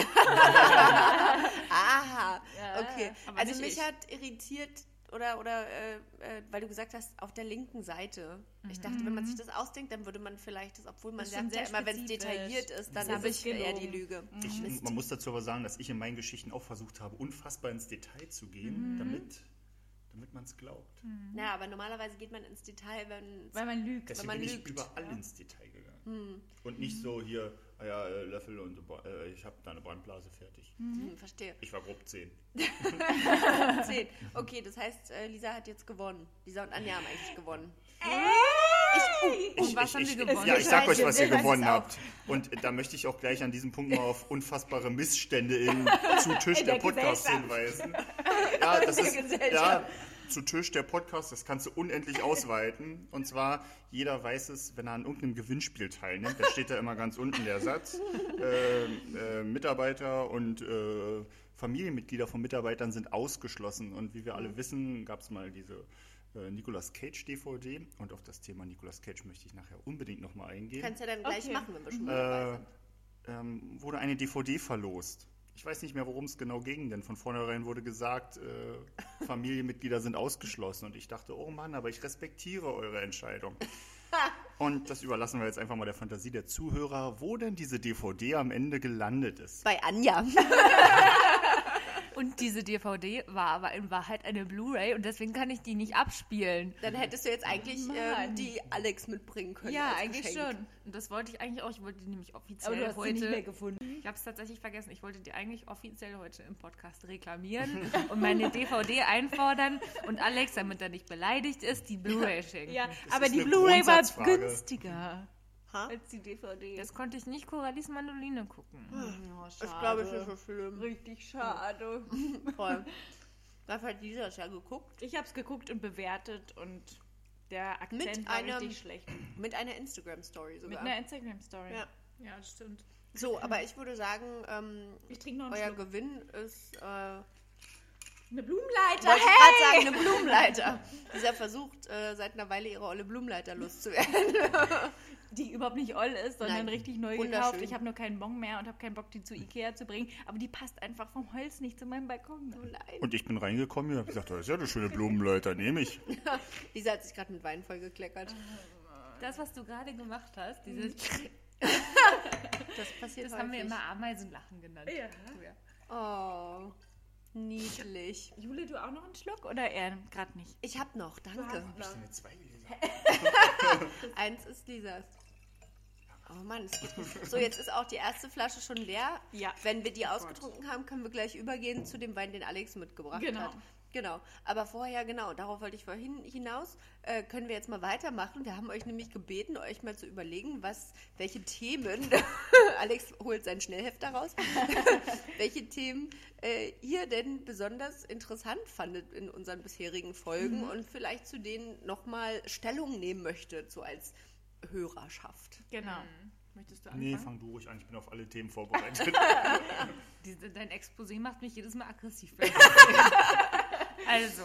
Speaker 3: Aha,
Speaker 5: Ja,
Speaker 3: okay.
Speaker 5: aber
Speaker 3: Also
Speaker 5: nicht
Speaker 3: mich
Speaker 5: ich.
Speaker 3: hat irritiert oder oder äh, äh, weil du gesagt hast auf der linken Seite. Ich dachte, wenn man sich das ausdenkt, dann würde man vielleicht das, obwohl man
Speaker 5: ist schon
Speaker 3: sagt ja
Speaker 5: Mhm. sehr
Speaker 3: immer, wenn es
Speaker 5: spezifisch.
Speaker 3: detailliert ist, dann
Speaker 5: Das
Speaker 3: ist
Speaker 5: hab
Speaker 3: es
Speaker 5: ich
Speaker 3: eher die
Speaker 5: gelogen.
Speaker 3: Lüge.
Speaker 6: Ich,
Speaker 3: Mist.
Speaker 6: man muss dazu aber sagen, dass ich in meinen Geschichten auch versucht habe, unfassbar ins Detail zu
Speaker 3: Mhm.
Speaker 6: gehen, damit, damit man es glaubt.
Speaker 3: Na, aber normalerweise geht man ins Detail, wenn
Speaker 4: Weil man lügt.
Speaker 6: Deswegen
Speaker 3: man
Speaker 6: bin
Speaker 3: lügt, Mhm.
Speaker 6: ich überall ins Detail gegangen. Und nicht so hier, ah ja, äh, Löffel und äh, ich habe da eine Brandblase fertig.
Speaker 3: hm, verstehe.
Speaker 6: Ich war grob 10.
Speaker 3: Zehn. Okay, das heißt, äh, Lisa hat jetzt gewonnen. Lisa und Anja haben eigentlich gewonnen. Ich,
Speaker 4: Oh,
Speaker 5: Und was haben wir gewonnen?
Speaker 6: Ja, ich sag euch,
Speaker 3: Scheiße,
Speaker 6: was ihr
Speaker 3: wir
Speaker 6: gewonnen
Speaker 3: lassen
Speaker 6: habt. Und da möchte ich auch gleich an diesem Punkt mal auf unfassbare Missstände in zu Tisch der,
Speaker 4: der
Speaker 6: Podcast hinweisen. Ja, das ist
Speaker 3: Gesellschaft.
Speaker 6: ja, zu Tisch der Podcast, das kannst du unendlich ausweiten. Und zwar, jeder weiß es, wenn er an irgendeinem Gewinnspiel teilnimmt, da steht da immer ganz unten der Satz, äh, äh, Mitarbeiter und äh, Familienmitglieder von Mitarbeitern sind ausgeschlossen. Und wie wir alle wissen, gab es mal diese äh, Nicolas Cage DVD und auf das Thema Nicolas Cage möchte ich nachher unbedingt nochmal eingehen.
Speaker 3: kannst ja dann gleich
Speaker 4: Okay.
Speaker 3: machen, wenn wir schon mal dabei
Speaker 6: äh,
Speaker 3: sind.
Speaker 6: ähm, wurde eine DVD verlost. Ich weiß nicht mehr, worum es genau ging, denn von vornherein wurde gesagt, äh, Familienmitglieder sind ausgeschlossen. Und ich dachte, oh Mann, aber ich respektiere eure Entscheidung. Und das überlassen wir jetzt einfach mal der Fantasie der Zuhörer, wo denn diese DVD am Ende gelandet ist.
Speaker 3: Bei Anja.
Speaker 5: Und diese DVD war aber in Wahrheit eine Blu-ray und deswegen kann ich die nicht abspielen.
Speaker 3: Dann hättest du jetzt eigentlich ähm, die Alex mitbringen können.
Speaker 5: Ja,
Speaker 3: als
Speaker 5: eigentlich
Speaker 3: Geschenk.
Speaker 5: schon. Und das wollte ich eigentlich auch. Ich wollte die nämlich offiziell
Speaker 4: Aber du hast
Speaker 5: heute.
Speaker 4: sie nicht mehr gefunden.
Speaker 5: Ich habe es tatsächlich vergessen. Ich wollte die eigentlich offiziell heute im Podcast reklamieren und meine DVD einfordern und Alex, damit er nicht beleidigt ist, die Blu-ray schenken.
Speaker 4: Ja,
Speaker 6: Das
Speaker 4: aber
Speaker 6: ist
Speaker 4: die
Speaker 6: eine
Speaker 4: Blu-ray war
Speaker 6: Grundsatzfrage.
Speaker 4: günstiger
Speaker 3: Ha?
Speaker 4: als die DVD.
Speaker 5: Jetzt konnte ich nicht Coralies Mandoline
Speaker 3: Ah.
Speaker 5: gucken.
Speaker 3: Ich glaube, es ist so schlimm.
Speaker 4: richtig schade.
Speaker 3: Voll. Dafür hat halt Lisa es ja geguckt.
Speaker 4: Ich habe es geguckt und bewertet und der Akzent
Speaker 3: Mit
Speaker 4: war
Speaker 3: einem-
Speaker 4: richtig schlecht.
Speaker 3: Mit einer Instagram-Story
Speaker 4: Mit
Speaker 3: sogar.
Speaker 4: einer Instagram-Story.
Speaker 3: Ja.
Speaker 5: Ja, stimmt.
Speaker 3: so, aber ich würde sagen, ähm,
Speaker 4: Ich trinke noch einen
Speaker 3: euer
Speaker 4: Schluck.
Speaker 3: Gewinn ist. Äh,
Speaker 4: Eine Blumenleiter.
Speaker 3: wollte gerade sagen, eine Blumenleiter. Lisa versucht äh, seit einer Weile ihre olle Blumenleiter loszuwerden.
Speaker 4: die überhaupt nicht oll ist, sondern
Speaker 3: Nein.
Speaker 4: richtig neu
Speaker 3: Wunderschön.
Speaker 4: gekauft. Ich habe nur keinen Bon mehr und habe keinen Bock, die zu Ikea zu bringen. Aber die passt einfach vom Holz nicht zu meinem Balkon.
Speaker 6: Und ich bin reingekommen und habe gesagt, das ist ja eine schöne Blumenleute, nehme ich.
Speaker 3: Lisa hat sich gerade mit Wein vollgekleckert.
Speaker 5: Das, was du gerade gemacht hast, dieses,
Speaker 3: Das passiert
Speaker 5: das haben wir
Speaker 3: Hm. häufig.
Speaker 5: immer Ameisenlachen genannt. Ja. Früher.
Speaker 3: Oh, niedlich.
Speaker 4: Jule, du auch noch einen Schluck oder eher gerade nicht?
Speaker 3: Ich hab noch, danke. Eins ist Lisas. Oh Mann, es geht nicht. So, jetzt ist auch die erste Flasche schon leer.
Speaker 4: Ja.
Speaker 3: Wenn wir die ausgetrunken haben, können wir gleich übergehen zu dem Wein, den Alex mitgebracht
Speaker 4: Genau.
Speaker 3: hat. Genau. Aber vorher, genau, darauf wollte ich vorhin hinaus, äh, können wir jetzt mal weitermachen. Wir haben euch nämlich gebeten, euch mal zu überlegen, was, welche Themen, Alex holt sein Schnellheft daraus, welche Themen äh, ihr denn besonders interessant fandet in unseren bisherigen Folgen und vielleicht zu denen nochmal Stellung nehmen möchte, so als Hörerschaft.
Speaker 4: Genau.
Speaker 5: Möchtest du
Speaker 6: Nee,
Speaker 5: anfangen?
Speaker 6: fang du ruhig an, ich bin auf alle Themen vorbereitet.
Speaker 5: Diese, dein Exposé macht mich jedes Mal aggressiv. also,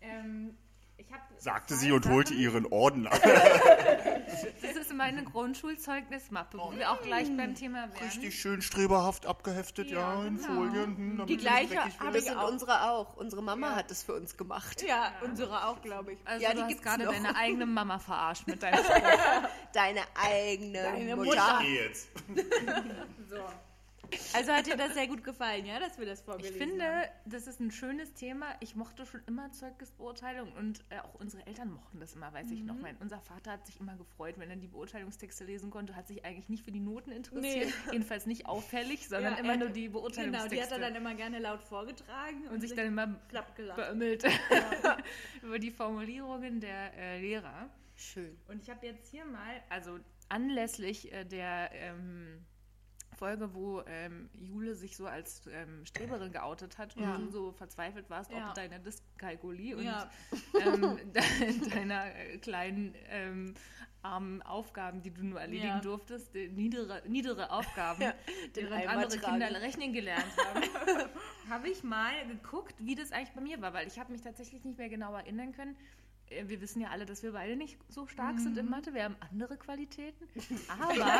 Speaker 5: ähm, ich habe.
Speaker 6: Sagte sie und holte ihren Orden ab.
Speaker 5: Das ist meine Grundschulzeugnismappe, wo wir auch gleich beim Thema werden.
Speaker 6: Richtig schön streberhaft abgeheftet, ja,
Speaker 5: Ja,
Speaker 6: in
Speaker 5: genau.
Speaker 6: Folien. Hm, damit
Speaker 3: Die
Speaker 6: ich
Speaker 3: gleiche
Speaker 6: weg nicht will.
Speaker 3: habe ich in unsere auch. Unsere Mama hat es für uns gemacht.
Speaker 4: Ja, unsere auch, glaube ich.
Speaker 5: Also
Speaker 3: Ja,
Speaker 5: du
Speaker 3: die
Speaker 5: hast
Speaker 3: gibt's
Speaker 5: gerade
Speaker 3: noch.
Speaker 5: deine eigene Mama verarscht mit deinem Spruch.
Speaker 3: Deine eigene
Speaker 4: Deine
Speaker 3: Mutter.
Speaker 4: Mutter.
Speaker 6: Geh jetzt.
Speaker 4: Also hat dir das sehr gut gefallen, ja, dass wir das
Speaker 5: Ich
Speaker 4: vorgelesen haben.
Speaker 5: finde, das ist ein schönes Thema. Ich mochte schon immer Zeugnisbeurteilung und äh, auch unsere Eltern mochten das immer, weiß ich noch.
Speaker 4: Mhm.
Speaker 5: Mein, unser Vater hat sich immer gefreut, wenn er die Beurteilungstexte lesen konnte, hat sich eigentlich nicht für die Noten interessiert. Jedenfalls nicht auffällig, sondern
Speaker 4: Ja,
Speaker 5: immer
Speaker 4: er-
Speaker 5: nur die
Speaker 4: Genau,
Speaker 5: Beurteilungstexte.
Speaker 4: die hat er dann immer gerne laut vorgetragen
Speaker 5: und sich dann immer
Speaker 4: schlapp gelacht.
Speaker 5: beömmelt über die Formulierungen der äh, Lehrer.
Speaker 3: Schön.
Speaker 5: Und ich habe jetzt hier mal, also anlässlich äh, der ähm, Folge, wo ähm, Jule sich so als ähm, Streberin geoutet hat
Speaker 4: Ja.
Speaker 5: und du so verzweifelt warst,
Speaker 4: Ja.
Speaker 5: ob deiner Dyskalkulie und
Speaker 4: Ja.
Speaker 5: ähm, de deiner äh, kleinen ähm, armen Aufgaben, die du nur erledigen
Speaker 4: Ja.
Speaker 5: durftest, die niedere, niedere Aufgaben,
Speaker 3: den
Speaker 5: während
Speaker 3: Eimer
Speaker 5: andere
Speaker 3: tragen.
Speaker 5: Kinder rechnen gelernt haben, habe ich mal geguckt, wie das eigentlich bei mir war, weil ich habe mich tatsächlich nicht mehr genau erinnern können. Äh, Wir wissen ja alle, dass wir beide nicht so stark sind in Mathe. Wir haben andere Qualitäten. Aber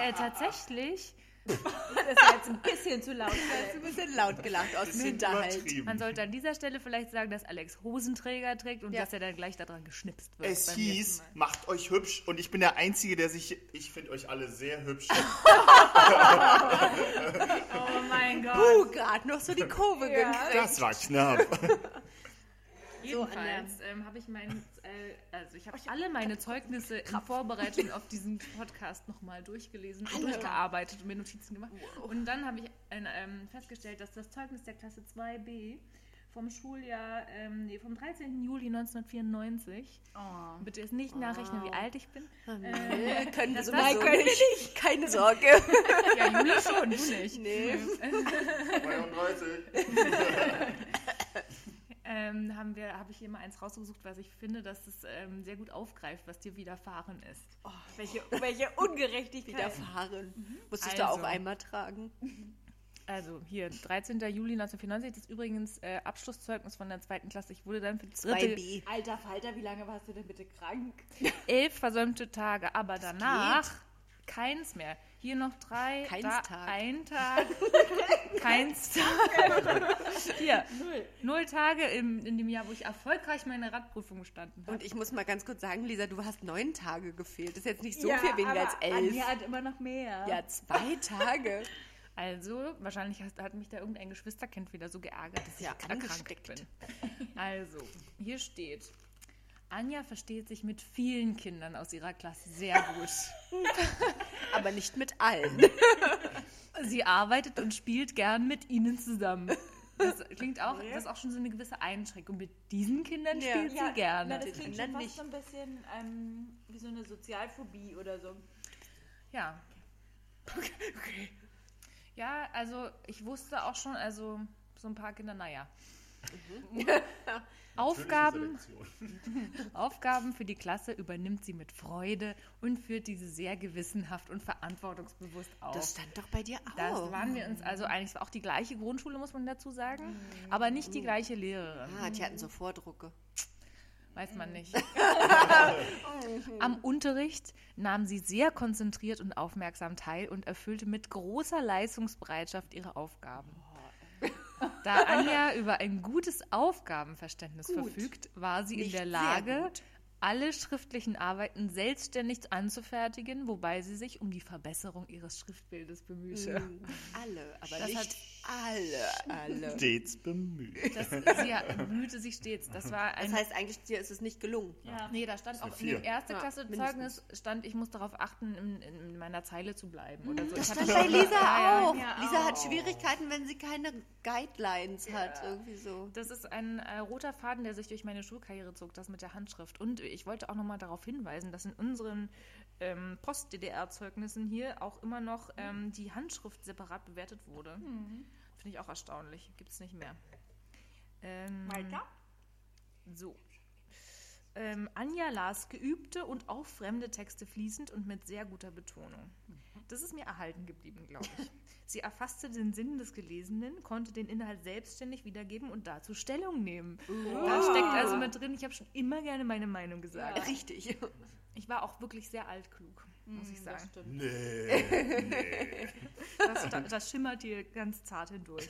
Speaker 5: äh, tatsächlich,
Speaker 4: Das war jetzt ein bisschen zu laut.
Speaker 3: Hast du ein bisschen laut gelacht aus dem
Speaker 6: Bisschen
Speaker 3: Hinterhalt.
Speaker 6: übertrieben.
Speaker 5: man sollte an dieser Stelle vielleicht sagen, dass Alex Hosenträger trägt und
Speaker 3: Ja.
Speaker 5: dass er dann gleich daran geschnipst wird.
Speaker 6: Es
Speaker 5: beim nächsten
Speaker 6: hieß,
Speaker 5: Mal.
Speaker 6: macht euch hübsch und ich bin der Einzige, der sich. Ich finde euch alle sehr hübsch.
Speaker 5: Oh mein Gott.
Speaker 3: Uh, gerade noch so die Kurve gekriegt.
Speaker 6: Das war knapp.
Speaker 5: Jedenfalls ähm, habe ich mein, äh, also ich habe alle meine Zeugnisse in Vorbereitung auf diesen Podcast nochmal durchgelesen und durchgearbeitet und mir Notizen gemacht. Und dann habe ich ein, ähm, festgestellt, dass das Zeugnis der Klasse 2b vom Schuljahr, ähm, nee, vom 13. Juli 1994,
Speaker 4: Oh
Speaker 5: bitte jetzt nicht nachrechnen, wie alt ich bin.
Speaker 3: Wir können
Speaker 5: Äh, Das
Speaker 3: sowieso
Speaker 5: war-
Speaker 3: nicht. Keine Sorge.
Speaker 5: Ja, Juli schon, du nicht.
Speaker 3: Nee.
Speaker 6: 32.
Speaker 5: Ähm, haben wir, habe ich hier mal eins rausgesucht, was ich finde, dass es ähm, sehr gut aufgreift, was dir widerfahren ist.
Speaker 4: Welche, welche Ungerechtigkeit.
Speaker 3: Oh, Widerfahren. Musste ich da
Speaker 5: Also.
Speaker 3: auch einmal tragen.
Speaker 5: Also hier, 13. Juli 1994, das ist übrigens äh, Abschlusszeugnis von der zweiten Klasse. Ich wurde dann für die dritte
Speaker 3: 2B.
Speaker 4: Alter Falter, wie lange warst du denn bitte krank?
Speaker 5: elf versäumte Tage, aber danach keins mehr. Hier noch drei,
Speaker 3: Keins
Speaker 5: da
Speaker 3: Tag.
Speaker 5: ein Tag, keins Tag. hier, null. Tage im, in dem Jahr, wo ich erfolgreich meine Radprüfung bestanden habe.
Speaker 3: Und ich muss mal ganz kurz sagen, Lisa, du hast neun Tage gefehlt. Das ist jetzt nicht so viel weniger als
Speaker 4: aber
Speaker 3: elf.
Speaker 4: Anja hat immer noch mehr.
Speaker 3: Ja, zwei Tage.
Speaker 5: Also, wahrscheinlich hat, hat mich da irgendein Geschwisterkind wieder so geärgert, dass
Speaker 3: Ja,
Speaker 5: ich angesteckt
Speaker 3: angesteckt.
Speaker 5: bin. Also, hier steht, Anja versteht sich mit vielen Kindern aus ihrer Klasse sehr gut.
Speaker 3: Aber nicht mit allen.
Speaker 5: Sie arbeitet und spielt gern mit ihnen zusammen. Das klingt auch, das ist auch schon so eine gewisse Einschränkung. Mit diesen Kindern
Speaker 3: Ja.
Speaker 5: spielt sie
Speaker 4: Ja,
Speaker 5: gerne.
Speaker 4: Na, das
Speaker 3: Den
Speaker 4: klingt schon
Speaker 3: anderen
Speaker 4: fast
Speaker 3: nicht.
Speaker 4: so ein bisschen ähm, wie so eine Sozialphobie oder so.
Speaker 5: Ja. Ja, also ich wusste auch schon, also so ein paar Kinder, naja. Aufgaben, Aufgaben für die Klasse übernimmt sie mit Freude und führt diese sehr gewissenhaft und verantwortungsbewusst auf.
Speaker 3: Das stand doch bei dir auch.
Speaker 5: Das waren wir uns also eigentlich, es war auch die gleiche Grundschule, muss man dazu sagen,
Speaker 3: Mhm.
Speaker 5: aber nicht die gleiche Lehrerin.
Speaker 3: ah, die hatten so Vordrucke.
Speaker 5: Weiß man nicht. Am Unterricht nahm sie sehr konzentriert und aufmerksam teil und erfüllte mit großer Leistungsbereitschaft ihre Aufgaben.
Speaker 3: Oh.
Speaker 5: Da Anja über ein gutes Aufgabenverständnis verfügt, war sie in
Speaker 3: Nicht
Speaker 5: der
Speaker 3: sehr
Speaker 5: Lage,
Speaker 3: gut.
Speaker 5: alle schriftlichen Arbeiten selbstständig anzufertigen, wobei sie sich um die Verbesserung ihres Schriftbildes
Speaker 3: Mhm.
Speaker 5: bemühte.
Speaker 3: Hm, Alle, aber
Speaker 5: Das
Speaker 3: nicht
Speaker 5: hat-
Speaker 3: alle, alle.
Speaker 6: Stets bemüht.
Speaker 5: Das, sie bemühte sich stets. Das war ein
Speaker 3: Das heißt, eigentlich dir ist es nicht gelungen.
Speaker 5: Nee, da stand
Speaker 6: eine
Speaker 5: auch in dem
Speaker 6: Vier.
Speaker 5: erste
Speaker 3: Ja,
Speaker 5: Klasse Zeugnis stand, ich muss darauf achten, in, in meiner Zeile zu bleiben oder so.
Speaker 3: Mhm, Das
Speaker 5: ich
Speaker 3: stand
Speaker 5: hab-
Speaker 3: bei Lisa
Speaker 5: Ja, ja.
Speaker 3: auch. Lisa hat Schwierigkeiten, wenn sie keine Guidelines hat. Irgendwie so.
Speaker 5: Das ist ein äh, roter Faden, der sich durch meine Schulkarriere zog, das mit der Handschrift. Und ich wollte auch nochmal darauf hinweisen, dass in unseren ähm, Post-DDR-Zeugnissen hier auch immer
Speaker 3: Mhm.
Speaker 5: noch ähm, die Handschrift separat bewertet wurde. Finde ich auch erstaunlich. Gibt es nicht mehr. Ähm,
Speaker 4: Weiter?
Speaker 5: So.
Speaker 4: Ähm, Anja las geübte und auch fremde Texte fließend und mit sehr guter Betonung. Das ist mir erhalten geblieben, glaube ich. Sie erfasste den Sinn des Gelesenen, konnte den Inhalt selbstständig wiedergeben und dazu Stellung nehmen. Da steckt also mit drin, ich habe schon immer gerne meine Meinung gesagt.
Speaker 3: Richtig.
Speaker 4: Ich war auch wirklich sehr altklug, muss ich sagen.
Speaker 6: Nee, nee.
Speaker 4: Das, das, das schimmert dir ganz zart hindurch.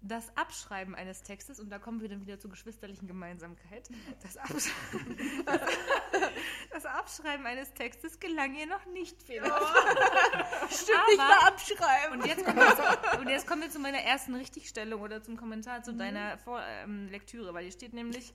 Speaker 4: Das Abschreiben eines Textes, und da kommen wir dann wieder zur geschwisterlichen Gemeinsamkeit, das, Absch das Abschreiben eines Textes gelang ihr noch nicht, Felix.
Speaker 3: Oh. Stimmt, nicht mal abschreiben.
Speaker 4: Und jetzt, kommen wir zu, und jetzt kommen wir zu meiner ersten Richtigstellung oder zum Kommentar
Speaker 7: Mhm.
Speaker 4: zu deiner Vor ähm, Lektüre, weil hier steht nämlich.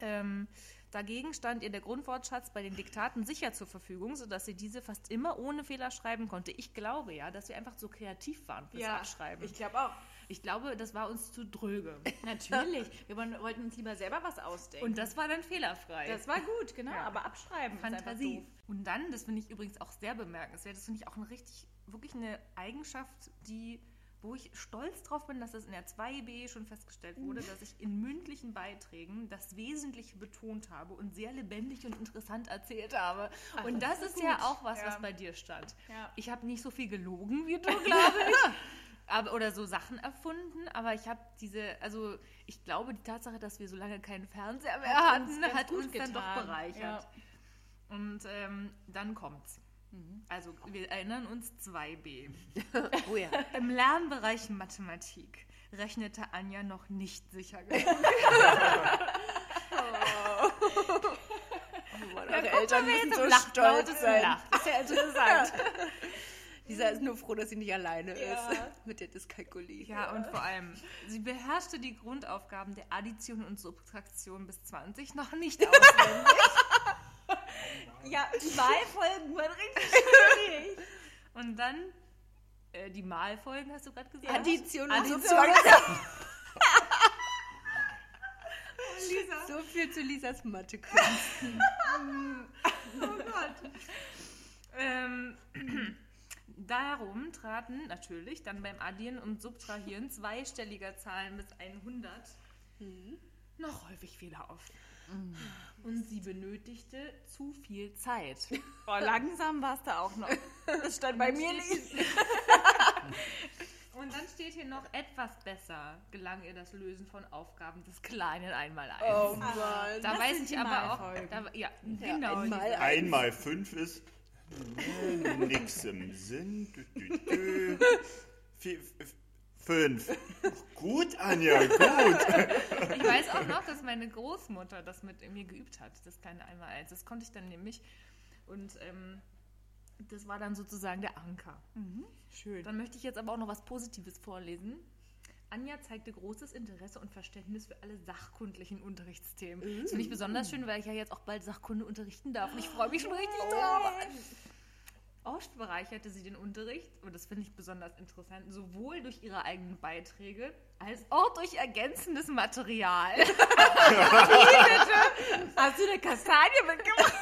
Speaker 4: Ähm, dagegen stand ihr der Grundwortschatz bei den Diktaten sicher zur Verfügung, sodass sie diese fast immer ohne Fehler schreiben konnte. Ich glaube ja, dass wir einfach so kreativ waren fürs Abschreiben.
Speaker 7: Ich glaube auch.
Speaker 4: Ich glaube, das war uns zu dröge.
Speaker 7: Natürlich. Wir wollen, wollten uns lieber selber was ausdenken.
Speaker 4: Und das war dann fehlerfrei.
Speaker 7: das war gut, genau. Aber abschreiben. ist einfach
Speaker 4: Fantasie.
Speaker 7: doof.
Speaker 5: Und dann, das finde ich übrigens auch sehr bemerkenswert, das finde ich auch eine richtig, wirklich eine Eigenschaft, die, wo ich stolz drauf bin, dass das in der 2b schon festgestellt wurde, dass ich in mündlichen Beiträgen das Wesentliche betont habe und sehr lebendig und interessant erzählt habe. und das, ist, ja auch was,
Speaker 4: Ja.
Speaker 5: was bei dir stand.
Speaker 7: Ja.
Speaker 5: Ich habe nicht so viel gelogen wie du, glaube ich. Aber, oder so Sachen erfunden, aber ich habe diese, also ich glaube, die Tatsache, dass wir so lange keinen Fernseher mehr
Speaker 4: Hat
Speaker 5: hatten,
Speaker 4: uns ganz
Speaker 5: hat
Speaker 4: gut
Speaker 5: uns dann
Speaker 4: getan.
Speaker 5: doch bereichert.
Speaker 4: Ja.
Speaker 5: Und ähm, dann kommt's.
Speaker 4: Mhm.
Speaker 5: Also wir erinnern uns 2b.
Speaker 3: Oh ja.
Speaker 5: Im Lernbereich Mathematik rechnete Anja noch nicht sicher genug.
Speaker 3: Eure Eltern müssen so stolz sein. Ist ja interessant. Lisa ist nur froh, dass sie nicht alleine ist mit der Dyskalkulie.
Speaker 5: Ja, und vor allem, sie beherrschte die Grundaufgaben der Addition und Subtraktion bis 20 noch nicht auswendig.
Speaker 7: Ja, zwei Folgen waren richtig schwierig.
Speaker 5: Und dann äh, die Malfolgen, hast du gerade gesagt?
Speaker 3: Addition und
Speaker 5: Addition.
Speaker 3: Subtraktion. Oh, So viel zu Lisas mathe -Kunst.
Speaker 5: Ähm, darum traten natürlich dann beim Addieren und Subtrahieren zweistelliger Zahlen bis 100
Speaker 4: Hm.
Speaker 5: noch häufig Fehler auf. Und sie benötigte zu viel Zeit.
Speaker 4: Boah, langsam war es da auch noch. Das stand bei mir nicht.
Speaker 5: Und dann steht hier noch etwas besser gelang ihr das Lösen von Aufgaben des kleinen Einmaleins.
Speaker 3: Oh Mann.
Speaker 5: da weiß
Speaker 4: sind
Speaker 5: ich
Speaker 4: die
Speaker 5: aber auch,
Speaker 4: Malfolgen.
Speaker 5: da,
Speaker 3: Ja,
Speaker 5: ja, genau.
Speaker 3: einmal
Speaker 6: Einmal fünf ist nix im Sinn. Dü, dü, dü. Vier, f- fünf. Ach, gut, Anja, gut.
Speaker 5: Ich weiß auch noch, dass meine Großmutter das mit mir geübt hat, das kleine Einmaleins. Das konnte ich dann nämlich. Und ähm, das war dann sozusagen der Anker.
Speaker 7: Schön.
Speaker 5: Dann möchte ich jetzt aber auch noch was Positives vorlesen. Anja zeigte großes Interesse und Verständnis für alle sachkundlichen Unterrichtsthemen. Das finde ich besonders schön, weil ich ja jetzt auch bald Sachkunde unterrichten darf. Und ich freue mich schon richtig drauf. Oft bereicherte sie den Unterricht, und das finde ich besonders interessant, sowohl durch ihre eigenen Beiträge als auch durch ergänzendes Material.
Speaker 7: Hast du eine Kastanie mitgebracht?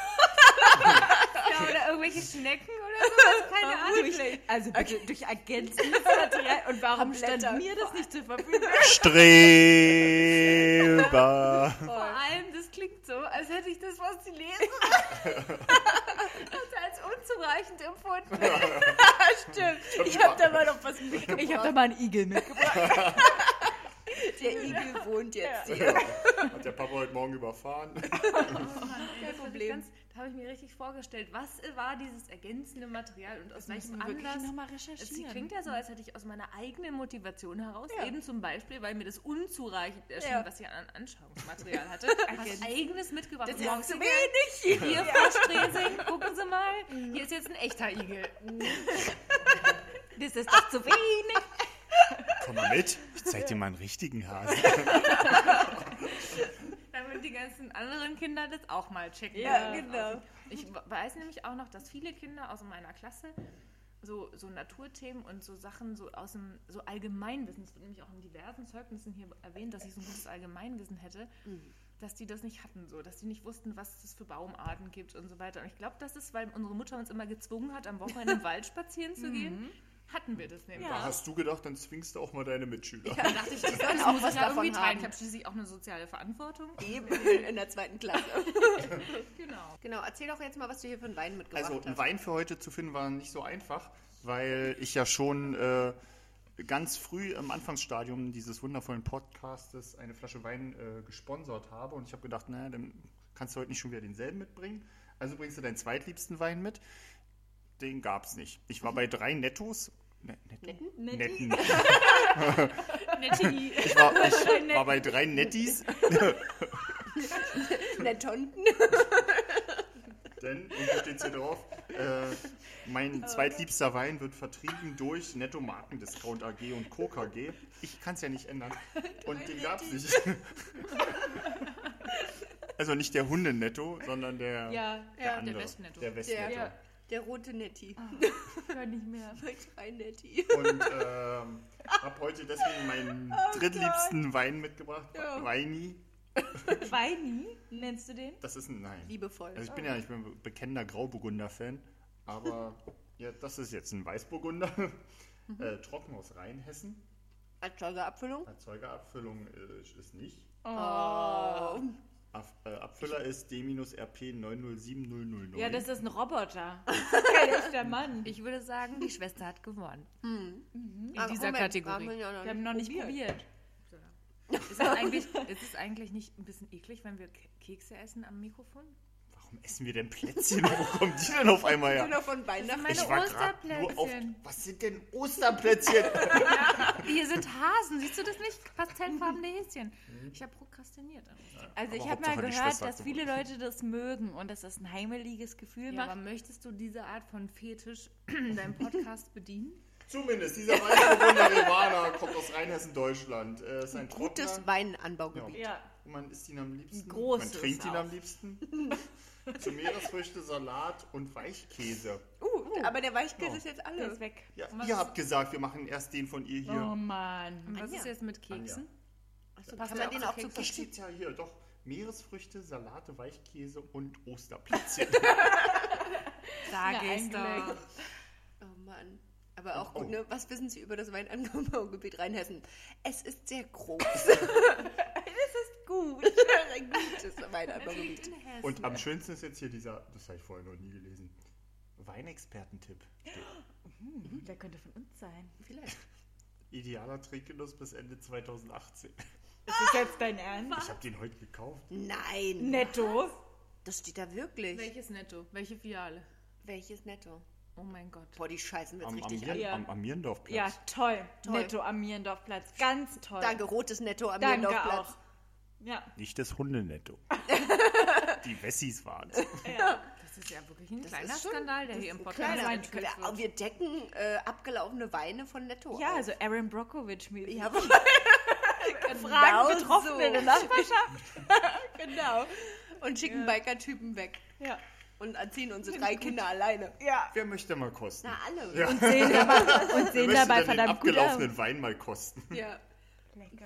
Speaker 5: Ja, oder irgendwelche Schnecken oder sowas, keine Ahnung.
Speaker 7: Durch, also bitte durch ergänzendes Material. Und warum
Speaker 3: Blätter.
Speaker 7: stand mir das nicht zur Verfügung?
Speaker 6: Streber.
Speaker 5: Vor allem, das klingt so, als hätte ich das, was sie lesen, als unzureichend empfunden.
Speaker 3: Stimmt. Ich habe da mal noch was mitgebracht.
Speaker 7: Ich habe da mal einen Igel mitgebracht.
Speaker 3: Der Igel wohnt jetzt hier.
Speaker 6: Hat der Papa heute Morgen überfahren?
Speaker 5: Kein
Speaker 3: Problem.
Speaker 5: da habe ich mir richtig vorgestellt, was war dieses ergänzende Material und aus welchem Anlass?
Speaker 7: nochmal
Speaker 5: Es klingt ja so, als hätte ich aus meiner eigenen Motivation heraus, eben zum Beispiel, weil mir das unzureichend erschien,
Speaker 3: Ja.
Speaker 5: was ich an Anschauungsmaterial hatte, was eigenes mitgebracht.
Speaker 3: Das
Speaker 5: Und morgens
Speaker 3: ist zu
Speaker 5: die
Speaker 3: wenig.
Speaker 5: Hier, Frau Stresing, gucken Sie mal. Hier ist jetzt ein echter Igel.
Speaker 7: Das ist doch zu wenig.
Speaker 6: Komm mal mit, ich zeig dir mal einen richtigen Hasen.
Speaker 5: Damit die ganzen anderen Kinder das auch mal checken.
Speaker 3: Ja, genau.
Speaker 5: Ich weiß nämlich auch noch, dass viele Kinder aus meiner Klasse so, so Naturthemen und so Sachen so aus dem so Allgemeinwissen, es wird nämlich auch in diversen Zeugnissen hier erwähnt, dass ich so ein gutes Allgemeinwissen hätte,
Speaker 3: Mhm.
Speaker 5: dass die das nicht hatten, so, dass die nicht wussten, was es für Baumarten
Speaker 3: Mhm.
Speaker 5: gibt und so weiter. Und ich glaube, das ist, weil unsere Mutter uns immer gezwungen hat, am Wochenende im Wald spazieren zu gehen, Hatten wir das nämlich.
Speaker 6: Da Ah, hast du gedacht, dann zwingst du auch mal deine Mitschüler.
Speaker 5: Da dachte ich, das
Speaker 3: sollen auch
Speaker 5: muss
Speaker 3: was
Speaker 5: ich ja irgendwie
Speaker 3: davon
Speaker 5: tragen.
Speaker 3: haben.
Speaker 5: Ich habe schließlich auch eine soziale Verantwortung.
Speaker 3: Eben in der zweiten Klasse.
Speaker 5: Genau.
Speaker 3: Genau, erzähl doch jetzt mal, was du hier für einen Wein mitgebracht
Speaker 6: Also ein
Speaker 3: hast.
Speaker 6: Wein für heute zu finden war nicht so einfach, weil ich ja schon äh, ganz früh im Anfangsstadium dieses wundervollen Podcastes eine Flasche Wein äh, gesponsert habe und ich habe gedacht, naja, dann kannst du heute nicht schon wieder denselben mitbringen. Also bringst du deinen zweitliebsten Wein mit. Den gab es nicht. Ich war bei drei Nettos. Ne, Netten? Netten.
Speaker 5: Nettini.
Speaker 6: Ich war, ich war bei drei Nettis
Speaker 3: Nettonten.
Speaker 6: Denn, und hier steht hier drauf, äh, mein zweitliebster Wein wird vertrieben durch Netto Markendiscount AG und Co. KG. Ich kann es ja nicht ändern. Und den gab es nicht. Also nicht der Hundenetto, sondern der,
Speaker 5: Ja,
Speaker 6: der
Speaker 5: ja,
Speaker 6: andere.
Speaker 5: der Westnetto.
Speaker 6: Der Westnetto.
Speaker 3: Ja. Der rote Netti.
Speaker 5: Hör nicht mehr.
Speaker 3: Bei drei Netti.
Speaker 6: Und ähm, habe heute deswegen meinen drittliebsten Wein mitgebracht. Weini.
Speaker 4: Weini, nennst du den?
Speaker 6: Das ist ein Nein.
Speaker 3: Liebevoll.
Speaker 6: Also ich bin ja ich bin ein bekennender Grauburgunder-Fan, aber ja, das ist jetzt ein Weißburgunder. Äh, trocken aus Rheinhessen.
Speaker 3: Erzeuger Ah. Abfüllung.
Speaker 6: Erzeugerabfüllung äh, ist nicht.
Speaker 4: Oh.
Speaker 3: Oh.
Speaker 6: Ab, äh, Abfüller ist D-RP 907009.
Speaker 4: Ja, das ist ein Roboter. Das ist kein echter Mann.
Speaker 5: Ich würde sagen, die Schwester hat gewonnen. Hm.
Speaker 3: In
Speaker 5: dieser Kategorie.
Speaker 4: Wir haben noch nicht probiert.
Speaker 5: Ist es eigentlich, ist es eigentlich nicht ein bisschen eklig, wenn wir Ke- Kekse essen am Mikrofon?
Speaker 6: Warum essen wir denn Plätzchen? Wo kommen die denn auf einmal
Speaker 3: Ja.
Speaker 6: her?
Speaker 3: Noch von Weihnachten.
Speaker 5: Meine
Speaker 6: Ich war grad nur auf.
Speaker 5: Osterplätzchen.
Speaker 6: Was sind denn Osterplätzchen?
Speaker 5: Hier sind Hasen, siehst du das nicht? Pastellfarbene Häschen. Ich habe prokrastiniert.
Speaker 4: Also ich
Speaker 6: Aber
Speaker 4: habe mal
Speaker 6: Hauptsache, die
Speaker 4: gehört,
Speaker 6: Schwester hat
Speaker 4: dass viele
Speaker 6: gewonnen.
Speaker 4: Leute das mögen und dass das ein heimeliges Gefühl
Speaker 5: Ja, aber
Speaker 4: macht.
Speaker 5: möchtest du diese Art von Fetisch in deinem Podcast bedienen?
Speaker 6: Zumindest dieser Weißburgunder Rivana kommt aus Rheinhessen, Deutschland. Äh, ist ein
Speaker 3: Gutes
Speaker 6: trockener-
Speaker 3: Weinanbaugebiet.
Speaker 4: Ja.
Speaker 6: Und man isst ihn am liebsten.
Speaker 4: großes
Speaker 6: man trinkt ihn
Speaker 4: auch.
Speaker 6: am liebsten. Zu Meeresfrüchte, Salat und Weichkäse.
Speaker 3: Uh, aber der Weichkäse
Speaker 6: Ja.
Speaker 3: ist jetzt
Speaker 4: Der
Speaker 3: alle.
Speaker 4: ist weg.
Speaker 6: Ja, ihr habt gesagt, wir machen erst den von ihr
Speaker 4: Oh
Speaker 6: hier.
Speaker 4: Mann.
Speaker 5: Was ist jetzt mit Keksen?
Speaker 3: Achso,
Speaker 5: Passt
Speaker 3: kann
Speaker 5: ja
Speaker 3: man
Speaker 5: auch
Speaker 3: den auch
Speaker 5: zu
Speaker 3: zu
Speaker 5: Keksen.
Speaker 6: Da
Speaker 3: Keksen?
Speaker 6: steht ja hier doch Meeresfrüchte, Salate, Weichkäse und Osterplätzchen.
Speaker 5: Da
Speaker 4: Ja,
Speaker 5: geht's
Speaker 4: eingelegt.
Speaker 5: doch.
Speaker 3: Oh Mann. Aber auch
Speaker 6: Oh.
Speaker 3: gut, ne? Was wissen Sie über das Weinanbaugebiet Rheinhessen? Es ist sehr groß. es ist gut. Ein gutes Weinanbaugebiet.
Speaker 6: und am schönsten ist jetzt hier dieser, das habe ich vorher noch nie gelesen, Weinexpertentipp.
Speaker 4: Hm? Der könnte von uns sein.
Speaker 3: Vielleicht.
Speaker 6: Idealer Trinkgenuss bis Ende 2018.
Speaker 4: Das ist jetzt dein Ernst?
Speaker 6: Ich habe den heute gekauft.
Speaker 3: Nein.
Speaker 4: Netto.
Speaker 3: Das steht da wirklich.
Speaker 5: Welches Netto? Welche Filiale?
Speaker 3: Welches Netto?
Speaker 5: Oh mein Gott.
Speaker 3: Boah, die scheißen wir jetzt
Speaker 6: Am, am,
Speaker 3: richtig
Speaker 6: Mier-
Speaker 4: Ja.
Speaker 6: am, am Mierendorfplatz.
Speaker 4: Ja, toll.
Speaker 3: Toll.
Speaker 4: Netto am Mierendorfplatz. Ganz toll.
Speaker 3: an. Danke, rotes Netto am
Speaker 4: Danke
Speaker 3: Niendorfplatz.
Speaker 4: auch. Ja.
Speaker 6: Nicht das Hundenetto. Die Wessis waren
Speaker 5: Das ist ja wirklich ein
Speaker 3: Das
Speaker 5: kleiner
Speaker 3: ist schon-
Speaker 5: Scandal, der
Speaker 3: das
Speaker 5: hier im
Speaker 3: ist ein
Speaker 5: Podcast
Speaker 3: kleiner-
Speaker 5: eingeführt
Speaker 3: Ja,
Speaker 5: wird.
Speaker 3: Wir decken äh, abgelaufene Weine von Netto.
Speaker 4: Ja,
Speaker 3: auf.
Speaker 4: also Aaron Brockovich mäßig.
Speaker 3: Ja,
Speaker 4: Fragen
Speaker 3: genau
Speaker 4: Betroffene in der
Speaker 3: so.
Speaker 4: Nachbarschaft. genau.
Speaker 3: und schicken Biker-Typen weg
Speaker 4: Ja.
Speaker 3: und erziehen unsere drei Kinder alleine.
Speaker 4: Ja.
Speaker 6: Wer möchte mal kosten?
Speaker 3: Na, alle.
Speaker 6: Ja.
Speaker 4: Sehen dabei, und sehen dabei
Speaker 6: möchte dann den
Speaker 4: verdammt gut aus.
Speaker 6: abgelaufenen Wein mal kosten.
Speaker 3: Ja.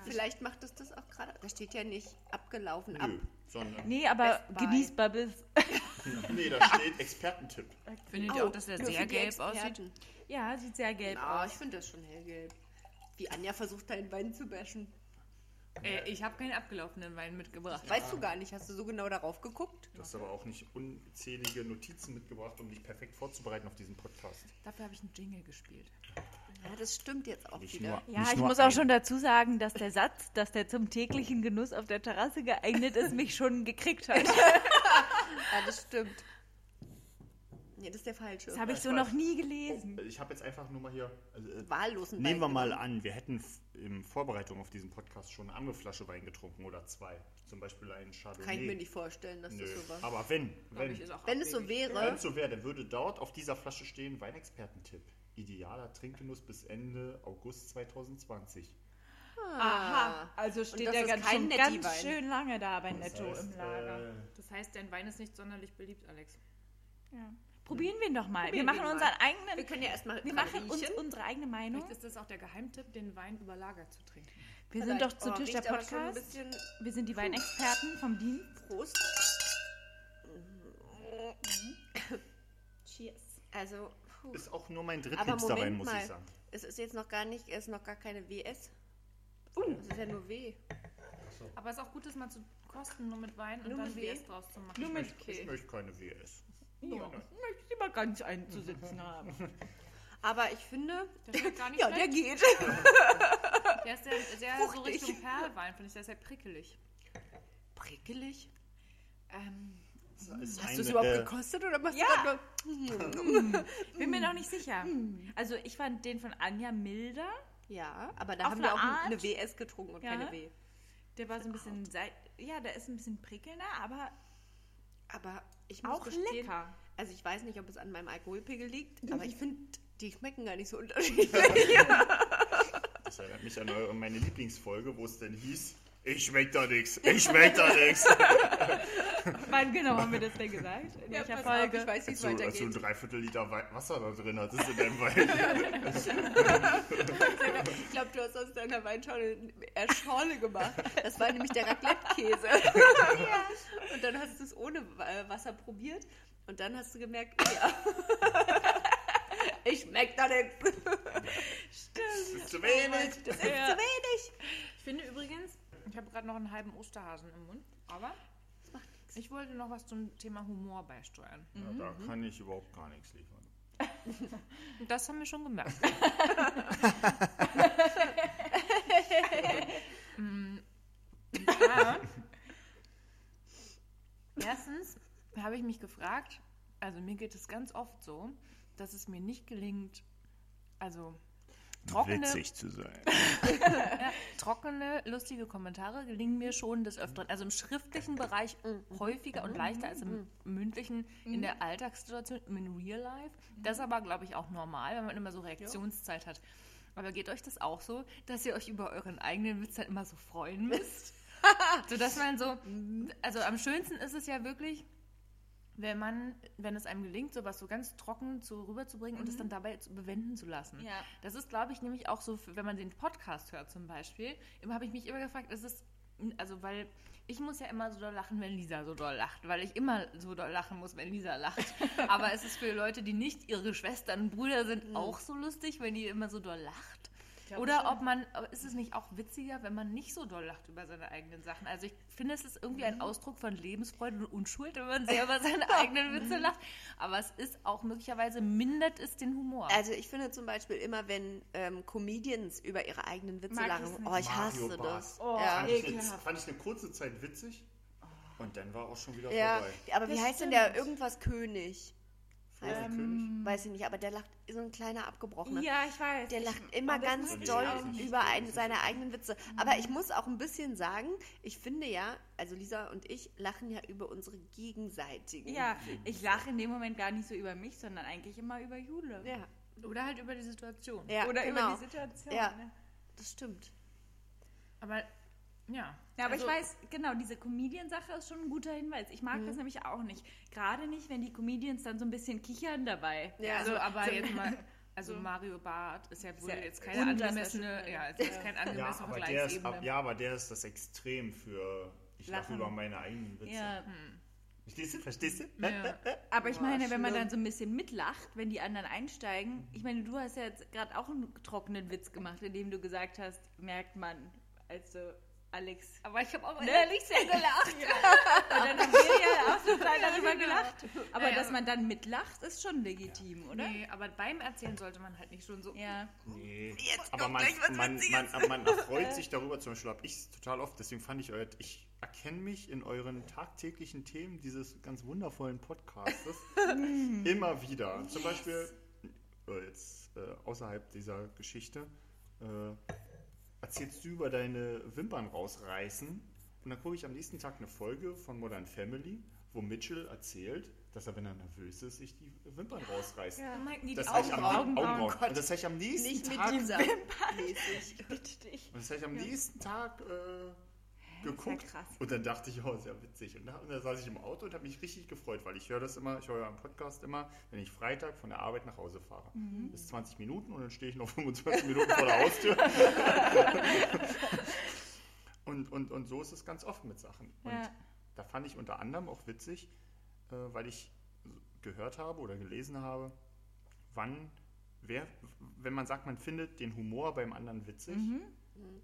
Speaker 3: Vielleicht macht es das auch gerade. Da steht ja nicht abgelaufen ab.
Speaker 6: Nö, sondern.
Speaker 4: Nee, aber
Speaker 3: Best Buy.
Speaker 4: genieß Bubbles.
Speaker 6: Nee, da steht Expertentipp.
Speaker 5: Findet ihr auch, dass der
Speaker 3: nur für
Speaker 5: sehr
Speaker 3: die
Speaker 5: gelb aussieht?
Speaker 3: Experten.
Speaker 4: Ja, sieht sehr gelb
Speaker 3: Ah,
Speaker 4: aus.
Speaker 3: ich finde das schon hellgelb. Wie Anja versucht, deinen Wein zu bashen.
Speaker 5: Äh, ich habe keinen abgelaufenen Wein mitgebracht.
Speaker 3: Weißt du gar nicht, hast du so genau darauf geguckt?
Speaker 6: Du hast aber auch nicht unzählige Notizen mitgebracht, um dich perfekt vorzubereiten auf diesen Podcast.
Speaker 5: Dafür habe ich einen Jingle gespielt.
Speaker 3: Ja, das stimmt jetzt auch
Speaker 6: Nicht
Speaker 3: wieder.
Speaker 6: nur,
Speaker 4: Ja,
Speaker 6: nicht
Speaker 4: ich
Speaker 6: nur
Speaker 4: muss auch
Speaker 6: ein.
Speaker 4: schon dazu sagen, dass der Satz, dass der zum täglichen Genuss auf der Terrasse geeignet ist, mich schon gekriegt hat.
Speaker 3: Ja, das stimmt. Nee, das ist der falsche.
Speaker 4: Das habe ich
Speaker 6: Ich
Speaker 4: so
Speaker 6: weiß.
Speaker 4: noch nie
Speaker 6: Oh,
Speaker 4: gelesen.
Speaker 6: ich habe jetzt einfach nur mal hier. Also, äh,
Speaker 3: Wahllosen
Speaker 6: nehmen wir
Speaker 3: Wein.
Speaker 6: mal an, wir hätten f- in Vorbereitung auf diesen Podcast schon eine andere Flasche Wein getrunken oder zwei. Zum Beispiel einen Chardonnay.
Speaker 3: Kann ich mir nicht vorstellen, dass
Speaker 6: Nö.
Speaker 3: das so war.
Speaker 6: Aber wenn, wenn.
Speaker 5: Ist auch
Speaker 3: Wenn es so
Speaker 5: abwegig.
Speaker 3: wäre,
Speaker 6: Wenn so wäre, dann würde dort auf dieser Flasche stehen Weinexpertentipp. Idealer Trinkgenuss bis Ende August 2020.
Speaker 3: ah.
Speaker 4: Aha, Ah. also
Speaker 3: Und
Speaker 4: steht
Speaker 3: das
Speaker 4: der
Speaker 3: ist
Speaker 4: ganz,
Speaker 3: kein
Speaker 4: schon
Speaker 3: Nettiwein.
Speaker 4: ganz schön lange da bei Netto
Speaker 6: heißt,
Speaker 4: im Lager.
Speaker 6: äh,
Speaker 5: Das heißt, dein Wein ist nicht sonderlich beliebt, Alex.
Speaker 4: Probieren wir ihn doch mal. wir
Speaker 3: Probieren wir
Speaker 4: machen
Speaker 3: ihn
Speaker 4: unseren
Speaker 3: mal.
Speaker 4: eigenen.
Speaker 3: wir können ja erstmal dran
Speaker 4: Wir machen uns
Speaker 3: riechen.
Speaker 4: unsere eigene Meinung.
Speaker 5: Vielleicht ist das auch der Geheimtipp, den Wein über Lager zu trinken.
Speaker 4: Wir sind doch zu
Speaker 3: Oh,
Speaker 4: Tisch der
Speaker 3: riecht aber schon ein
Speaker 4: Podcast.
Speaker 3: bisschen
Speaker 4: Wir sind die Weinexperten vom Dienst.
Speaker 3: Prost.
Speaker 4: Mhm. Cheers.
Speaker 3: Also,
Speaker 6: Ist auch nur mein
Speaker 3: Aber
Speaker 6: drittliebster Wein,
Speaker 3: Moment
Speaker 6: muss
Speaker 3: mal,
Speaker 6: ich sagen.
Speaker 3: es ist jetzt noch gar nicht, es ist noch gar keine WS.
Speaker 6: Oh.
Speaker 3: Es ist ja nur W.
Speaker 5: Aber es ist auch gut, das mal zu kosten, nur mit Wein und
Speaker 3: Nur
Speaker 5: dann
Speaker 3: mit
Speaker 5: WS
Speaker 3: W.
Speaker 5: draus zu machen.
Speaker 4: Nur mit
Speaker 6: Ich
Speaker 4: Käse.
Speaker 6: möchte keine WS.
Speaker 4: Ja, möchte ich mal ganz einzusitzen haben.
Speaker 3: Aber ich finde,
Speaker 5: Der schmeckt gar nicht
Speaker 3: ja, der
Speaker 5: schlecht.
Speaker 3: geht.
Speaker 5: Der ist sehr, sehr so
Speaker 3: Fruchtig.
Speaker 5: Richtung Perlwein, finde ich. Der ist sehr prickelig.
Speaker 3: Prickelig.
Speaker 5: Ähm,
Speaker 6: Hast
Speaker 3: Hast du es
Speaker 6: äh,
Speaker 3: überhaupt gekostet oder machst
Speaker 4: Ja.
Speaker 3: du gerade nur...
Speaker 4: Bin
Speaker 3: Mm.
Speaker 4: mir noch nicht sicher. Also ich fand den von Anja milder.
Speaker 3: Ja, aber da
Speaker 4: Auf
Speaker 3: haben wir auch
Speaker 4: eine Art.
Speaker 3: eine WS getrunken und
Speaker 4: Ja.
Speaker 3: keine W.
Speaker 4: Der war so ein bisschen, seit, ja, der ist ein bisschen prickelnder, aber
Speaker 3: Aber ich muss
Speaker 4: auch
Speaker 3: gestehen,
Speaker 4: lecker.
Speaker 3: also ich weiß nicht, ob es an meinem Alkoholpegel liegt, aber ich finde, die schmecken gar nicht so unterschiedlich.
Speaker 6: Das erinnert mich an eure, meine Lieblingsfolge, wo es denn hieß, ich schmeck da nix, ich schmeck da nix.
Speaker 4: Wann genau haben wir das denn gesagt? In welcher Folge?
Speaker 3: ich weiß, wie es
Speaker 6: Als du, als du ein
Speaker 3: weitergeht.
Speaker 6: Dreiviertel Liter Wei- Wasser da drin hattest in deinem Wein.
Speaker 3: Ich glaube, du hast aus deiner Weinschorle eine Schorle gemacht. Das war nämlich der Raclette-Käse. Und dann hast du es ohne äh, Wasser probiert und dann hast du gemerkt, oh ja, ich schmeck da nichts.
Speaker 6: Das ist zu wenig.
Speaker 3: Das ist zu wenig.
Speaker 5: ich finde übrigens, ich habe gerade noch einen halben Osterhasen im Mund, aber ich wollte noch was zum Thema Humor beisteuern.
Speaker 3: Mhm.
Speaker 6: Ja, da kann ich überhaupt gar nichts liefern.
Speaker 5: Und das haben wir schon gemerkt. Mm, und zwar, Erstens habe ich mich gefragt, also mir geht es ganz oft so, dass es mir nicht gelingt, also trockene,
Speaker 6: zu sein.
Speaker 5: trockene, lustige Kommentare gelingen mir schon des Öfteren. Also im schriftlichen Bereich häufiger und leichter als im mündlichen, in der Alltagssituation, im Real Life. Das ist aber, glaube ich, auch normal, wenn man immer so Reaktionszeit hat. Aber geht euch das auch so, dass ihr euch über euren eigenen Witz halt immer so freuen müsst? so dass man so, also am schönsten ist es ja wirklich, wenn man, wenn es einem gelingt, sowas so ganz trocken zu rüberzubringen und es dann dabei zu bewenden zu lassen.
Speaker 4: Ja.
Speaker 5: Das ist, glaube ich, nämlich auch so, für, wenn man den Podcast hört zum Beispiel, immer habe ich mich immer gefragt, ist es, also weil ich muss ja immer so doll lachen, wenn Lisa so doll lacht, weil ich immer so doll lachen muss, wenn Lisa lacht. Aber es ist für Leute, die nicht ihre Schwestern und Brüder sind, auch so lustig, wenn die immer so doll lacht. Oder ob man, aber ist es nicht auch witziger, wenn man nicht so doll lacht über seine eigenen Sachen? Also ich finde, es ist irgendwie ein Ausdruck von Lebensfreude und Unschuld, wenn man selber seine eigenen Witze lacht. Aber es ist auch möglicherweise, mindert es den Humor.
Speaker 3: Also ich finde zum Beispiel immer, wenn ähm, Comedians über ihre eigenen Witze
Speaker 4: Mag ich's
Speaker 3: lachen,
Speaker 4: nicht. Oh,
Speaker 3: oh, ich
Speaker 6: Mario
Speaker 3: hasse
Speaker 6: Barth.
Speaker 3: das. ja.
Speaker 6: Fand ich, eine, fand ich eine kurze Zeit witzig und dann war auch schon wieder
Speaker 3: ja,
Speaker 6: vorbei.
Speaker 3: aber wie
Speaker 4: Das
Speaker 3: heißt denn
Speaker 4: stimmt. Mhm.
Speaker 3: der irgendwas König? Ähm,
Speaker 6: Frozen König.
Speaker 3: Weiß ich nicht, aber der lacht so ein kleiner abgebrochener.
Speaker 4: Ja, ich weiß.
Speaker 3: Der lacht immer
Speaker 4: das
Speaker 3: ganz
Speaker 6: mag ich
Speaker 3: doll
Speaker 6: auch nicht.
Speaker 3: über einen, seine eigenen Witze. Aber ich muss auch ein bisschen sagen, ich finde ja, also Lisa und ich lachen ja über unsere gegenseitigen.
Speaker 4: Ja, ich lache in dem Moment gar nicht so über mich, sondern eigentlich immer über Jule.
Speaker 3: Ja,
Speaker 5: Oder halt über die Situation.
Speaker 3: ja
Speaker 4: Oder
Speaker 3: genau.
Speaker 4: über die Situation.
Speaker 3: Ja.
Speaker 4: ne?
Speaker 3: Das stimmt.
Speaker 5: Aber ja.
Speaker 4: Ja, aber
Speaker 5: Also,
Speaker 4: ich weiß, genau, diese Comedian-Sache ist schon ein guter Hinweis. Ich mag
Speaker 3: Mhm.
Speaker 4: das nämlich auch nicht. Gerade nicht, wenn die Comedians dann so ein bisschen kichern dabei.
Speaker 3: Ja,
Speaker 5: Also, aber
Speaker 4: so-
Speaker 5: jetzt mal. Also Mario Barth ist ja wohl
Speaker 4: ja
Speaker 5: jetzt keine angemessene, ja, ist jetzt keine
Speaker 6: Ja,
Speaker 5: angemessene
Speaker 6: aber der ist,
Speaker 5: Vergleichsebene.
Speaker 6: ja, aber der ist das Extrem für ich lache
Speaker 4: Lachen.
Speaker 6: über meine eigenen Witze.
Speaker 4: Ja.
Speaker 6: Verstehst du? Verstehst du?
Speaker 5: Ja.
Speaker 4: Aber ich
Speaker 3: Boah,
Speaker 4: meine, wenn man
Speaker 3: schlimm.
Speaker 4: dann so ein bisschen mitlacht, wenn die anderen einsteigen, ich meine, du hast ja jetzt gerade auch einen trockenen Witz gemacht, indem du gesagt hast, merkt man, also Alex.
Speaker 5: Aber ich habe auch
Speaker 4: Ne?
Speaker 5: ehrlich sehr gelacht.
Speaker 4: Und dann haben wir ja auch so klein darüber
Speaker 5: genau.
Speaker 4: gelacht. Aber
Speaker 5: Naja.
Speaker 4: dass man dann mitlacht, ist schon legitim, oder?
Speaker 5: Nee, aber beim Erzählen sollte man halt nicht schon so.
Speaker 4: Ja.
Speaker 6: Nee. aber man, man, man, aber man erfreut sich darüber, zum Beispiel habe ich es total oft, deswegen fand ich euer, ich erkenne mich in euren tagtäglichen Themen dieses ganz wundervollen Podcastes immer wieder. Zum Beispiel, äh, jetzt äh, außerhalb dieser Geschichte, äh, erzählst du über deine Wimpern rausreißen und dann gucke ich am nächsten Tag eine Folge von Modern Family, wo Mitchell erzählt, dass er, wenn er nervös ist, sich die Wimpern rausreißt.
Speaker 5: Die
Speaker 6: Das
Speaker 5: Augen-
Speaker 6: heißt, am,
Speaker 5: Augenbrauen.
Speaker 6: Augenbrauen. Und das heißt, am nächsten
Speaker 3: Nicht mit
Speaker 6: Tag
Speaker 3: Lisa.
Speaker 6: und das habe ich am nächsten Tag äh, geguckt.
Speaker 4: krass.
Speaker 6: Und dann dachte ich, oh, sehr witzig. Und da, und da saß ich im Auto und habe mich richtig gefreut, weil ich höre das immer, ich höre ja einen Podcast immer, wenn ich Freitag von der Arbeit nach Hause fahre.
Speaker 4: Mhm.
Speaker 6: Das ist 20 Minuten und dann stehe ich noch 25 Minuten vor der Haustür. und, und, und so ist es ganz oft mit Sachen. Und
Speaker 4: Ja.
Speaker 6: da fand ich unter anderem auch witzig, äh, weil ich gehört habe oder gelesen habe, wann, wer, wenn man sagt, man findet den Humor beim anderen witzig,
Speaker 4: Mhm.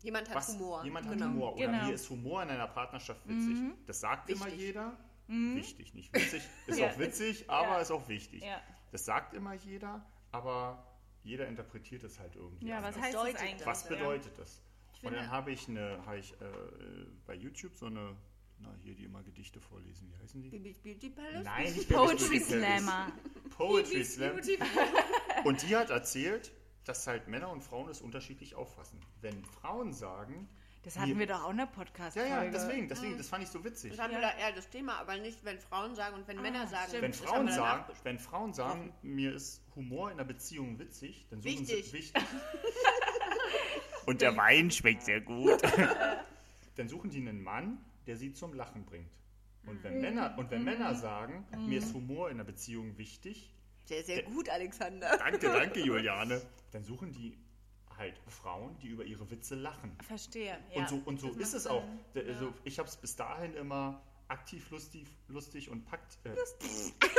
Speaker 3: Jemand hat
Speaker 6: was,
Speaker 3: Humor.
Speaker 6: jemand
Speaker 3: genau.
Speaker 6: hat Humor oder
Speaker 4: Genau. Mhm.
Speaker 6: mir ist Humor in einer Partnerschaft witzig. Das sagt immer
Speaker 3: Wichtig.
Speaker 6: jeder. Wichtig, nicht witzig. Ist
Speaker 4: Ja.
Speaker 6: auch witzig, aber
Speaker 4: Ja.
Speaker 6: ist auch wichtig.
Speaker 4: Ja.
Speaker 6: Das sagt immer jeder, aber jeder interpretiert es halt irgendwie
Speaker 4: Ja, was
Speaker 6: anders.
Speaker 4: heißt
Speaker 3: bedeutet
Speaker 4: das eigentlich?
Speaker 6: Was
Speaker 4: Ja.
Speaker 6: bedeutet das? Und
Speaker 5: finde-
Speaker 6: dann habe ich eine, habe ich äh, bei YouTube so eine, na hier, die immer Gedichte vorlesen, wie heißen die?
Speaker 3: Beauty Beauty Palace?
Speaker 6: Nein, nicht
Speaker 4: Poetry
Speaker 6: Baby's Beauty Palace.
Speaker 4: Slammer.
Speaker 6: Poetry Slam. Und die hat erzählt, dass halt Männer und Frauen es unterschiedlich auffassen. Wenn Frauen sagen,
Speaker 4: Das hatten wir doch auch in der podcast
Speaker 6: ja, ja, deswegen, deswegen, das fand ich so witzig.
Speaker 3: Mhm. Das haben wir da eher das Thema, aber nicht, wenn Frauen sagen und wenn Männer sagen.
Speaker 6: Wenn
Speaker 3: Das haben
Speaker 6: Frauen,
Speaker 3: wir danach
Speaker 6: sagen, wenn Frauen sagen, mir ist Humor in der Beziehung witzig, dann suchen
Speaker 3: Wichtig.
Speaker 6: sie wichtig. Und der Wein schmeckt sehr gut. dann suchen die einen Mann, der sie zum Lachen bringt. Und
Speaker 3: Mhm.
Speaker 6: wenn Männer, und wenn Männer sagen, mir ist Humor in der Beziehung wichtig,
Speaker 3: Sehr,
Speaker 6: Äh.
Speaker 3: sehr gut, Alexander.
Speaker 6: danke, danke, Juliane, dann suchen die halt Frauen, die über ihre Witze lachen.
Speaker 4: Verstehe. Ja.
Speaker 6: Und so, und so
Speaker 4: Das macht
Speaker 6: ist es auch.
Speaker 4: Sinn.
Speaker 6: Da- Also ich habe es bis dahin immer aktiv lustig, lustig und packt. Äh,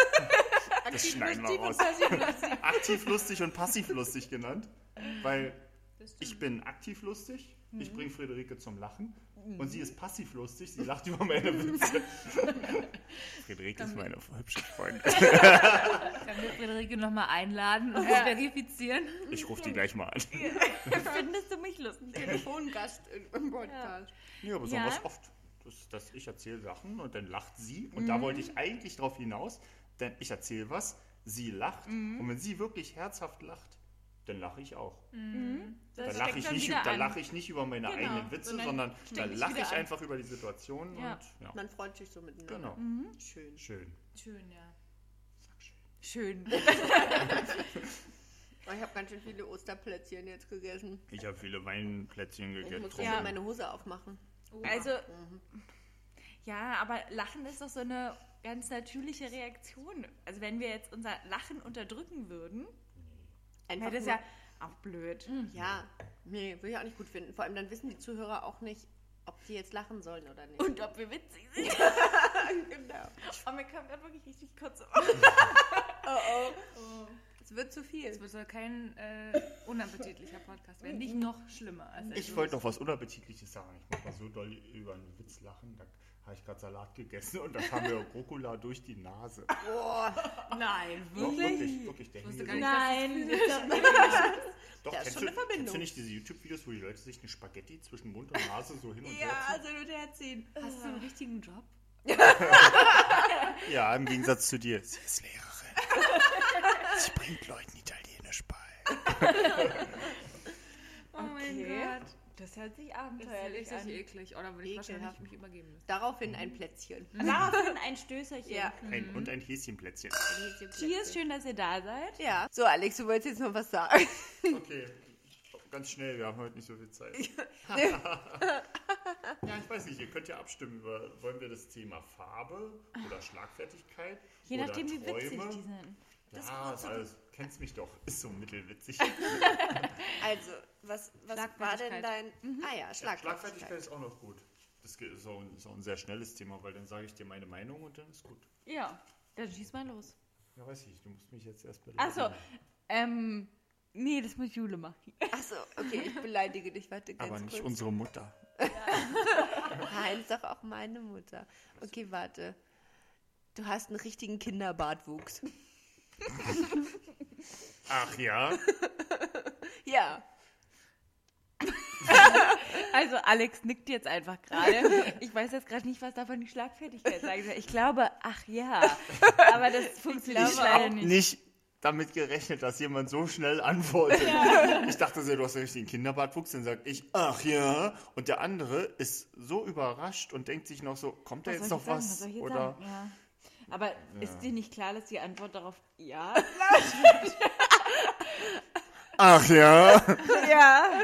Speaker 6: das schneiden wir raus. aktiv lustig und passiv lustig genannt, weil ich bin aktiv lustig.
Speaker 4: Mhm.
Speaker 6: Ich bringe Friederike zum Lachen und sie ist passiv lustig. Sie lacht über meine Witze. Friederike ist meine hübsche Freundin.
Speaker 5: Können wir Friederike nochmal einladen und das verifizieren?
Speaker 6: Ich rufe die gleich mal an.
Speaker 4: Findest du mich lustig?
Speaker 3: Telefongast in- im Podcast.
Speaker 6: Ja, aber
Speaker 4: Ja.
Speaker 6: sowas oft. Das, dass ich erzähle Sachen und dann lacht sie. Und
Speaker 4: Mhm.
Speaker 6: da wollte ich eigentlich drauf hinaus, denn ich erzähle was, sie lacht.
Speaker 4: Mhm.
Speaker 6: Und wenn sie wirklich herzhaft lacht, dann lache ich auch. Da
Speaker 4: Mhm. Das
Speaker 6: lache
Speaker 4: steckt
Speaker 6: ich,
Speaker 4: dann
Speaker 6: nicht,
Speaker 4: wieder
Speaker 6: da
Speaker 4: an.
Speaker 6: lache ich nicht über meine
Speaker 4: Genau,
Speaker 6: eigenen Witze,
Speaker 4: sondern
Speaker 6: sondern da
Speaker 4: ich
Speaker 6: lache
Speaker 4: wieder
Speaker 6: ich
Speaker 4: an.
Speaker 6: einfach über die Situation.
Speaker 4: Ja. mhm.
Speaker 6: Und, ja.
Speaker 3: Man freut sich so miteinander.
Speaker 6: Genau.
Speaker 3: Schön.
Speaker 6: Schön.
Speaker 4: Schön, ja. Schön.
Speaker 3: Oh, ich habe ganz schön viele Osterplätzchen jetzt gegessen.
Speaker 6: Ich habe viele Weinplätzchen
Speaker 3: Ich muss
Speaker 6: gegessen.
Speaker 3: gleich mal
Speaker 6: Ja.
Speaker 3: meine Hose aufmachen.
Speaker 4: Also, ja, aber Lachen ist doch so eine ganz natürliche Reaktion. Also, wenn wir jetzt unser Lachen unterdrücken würden,
Speaker 3: Einfach
Speaker 4: wäre das
Speaker 3: nur-
Speaker 4: ja Mhm. auch blöd.
Speaker 3: Ja, nee, würde ich auch nicht gut finden. Vor allem dann wissen die Zuhörer auch nicht, ob die jetzt lachen sollen oder nicht.
Speaker 4: Und ob wir witzig sind. genau. Oh, mir kam gerade wirklich richtig Oh, kurz.
Speaker 3: es wird zu viel.
Speaker 5: Es wird so kein äh, unappetitlicher Podcast werden. Nicht noch schlimmer. Als
Speaker 6: Ich wollte noch was Unappetitliches sagen. Ich muss mal so doll über einen Witz lachen. Da habe ich gerade Salat gegessen und da kam mir Rucola durch die Nase.
Speaker 5: Nein,
Speaker 6: Doch, wirklich, wirklich. Der
Speaker 5: wusste
Speaker 6: hing
Speaker 5: gar
Speaker 6: so-
Speaker 5: nicht,
Speaker 4: Oh. Nein, ich glaub nicht.
Speaker 6: Doch,
Speaker 3: Da ist
Speaker 6: kennst,
Speaker 3: schon
Speaker 6: du,
Speaker 3: eine Verbindung.
Speaker 6: kennst du nicht diese YouTube-Videos, wo die Leute sich eine Spaghetti zwischen Mund und Nase so hin und
Speaker 4: ja,
Speaker 6: her
Speaker 3: also
Speaker 4: so nur herziehen.
Speaker 5: Hast du einen richtigen Job?
Speaker 6: ziehen? Ja, im Gegensatz zu dir. Sie ist Lehrerin. Sie bringt Leuten Italienisch bei.
Speaker 5: Oh mein Gott.
Speaker 4: Das hört sich
Speaker 5: Das ist
Speaker 4: abenteuerlich
Speaker 5: richtig
Speaker 4: an.
Speaker 5: eklig. Oder würde ich wahrscheinlich
Speaker 3: Ekelhaft.
Speaker 5: mich übergeben müssen.
Speaker 3: Daraufhin ein Plätzchen.
Speaker 4: Daraufhin ein Stößerchen.
Speaker 3: Ja.
Speaker 4: Mhm.
Speaker 6: Ein, und ein Häschenplätzchen.
Speaker 4: Hier ist schön, dass ihr da seid.
Speaker 3: Ja. So, Alex, du wolltest jetzt noch was sagen.
Speaker 6: Okay, ganz schnell, wir haben heute nicht so viel Zeit. ja, ich weiß nicht, ihr könnt ja abstimmen über, wollen wir das Thema Farbe oder Schlagfertigkeit
Speaker 4: Je
Speaker 6: oder
Speaker 4: nachdem, wie
Speaker 6: Träume.
Speaker 4: witzig die sind.
Speaker 6: ja, ist alles, kennst mich doch, ist so mittelwitzig.
Speaker 3: Also, was, was war denn dein... Ah ja,
Speaker 6: Schlagfertigkeit
Speaker 3: Schlagfertigkeit.
Speaker 6: ist auch noch gut. Das ge- ist auch, ein, ist auch ein sehr schnelles Thema, weil dann sage ich dir meine Meinung und dann ist gut.
Speaker 4: Ja, dann schieß mal los.
Speaker 6: Ja, weiß ich, nicht, du musst mich jetzt erst beleidigen.
Speaker 4: Achso, ähm, nee, das muss Jule machen.
Speaker 3: Achso, okay, ich beleidige dich. Warte ganz
Speaker 6: Aber nicht
Speaker 3: kurz.
Speaker 6: unsere Mutter.
Speaker 3: Nein, ist doch auch meine Mutter. Okay, warte. Du hast einen richtigen Kinderbartwuchs.
Speaker 6: Ach ja?
Speaker 3: Ja.
Speaker 4: Also Alex nickt jetzt einfach gerade. Ich weiß jetzt gerade nicht, was davon die Schlagfertigkeit sagen soll. Ich glaube, ach ja. Aber das funktioniert
Speaker 6: Ich
Speaker 4: leider
Speaker 6: habe
Speaker 4: nicht.
Speaker 6: nicht damit gerechnet, dass jemand so schnell antwortet. Ich dachte sehr, du hast einen richtigen Kinderbartwuchs. Dann sag ich, ach ja. Und der andere ist so überrascht und denkt sich noch so, kommt da
Speaker 4: Was
Speaker 6: jetzt
Speaker 4: soll ich
Speaker 6: noch
Speaker 4: jetzt sagen? Was
Speaker 6: was?
Speaker 4: soll ich jetzt
Speaker 6: Oder
Speaker 4: sagen? Ja. Aber ist dir nicht klar, dass die Antwort darauf ja?
Speaker 6: ach ja.
Speaker 4: ja.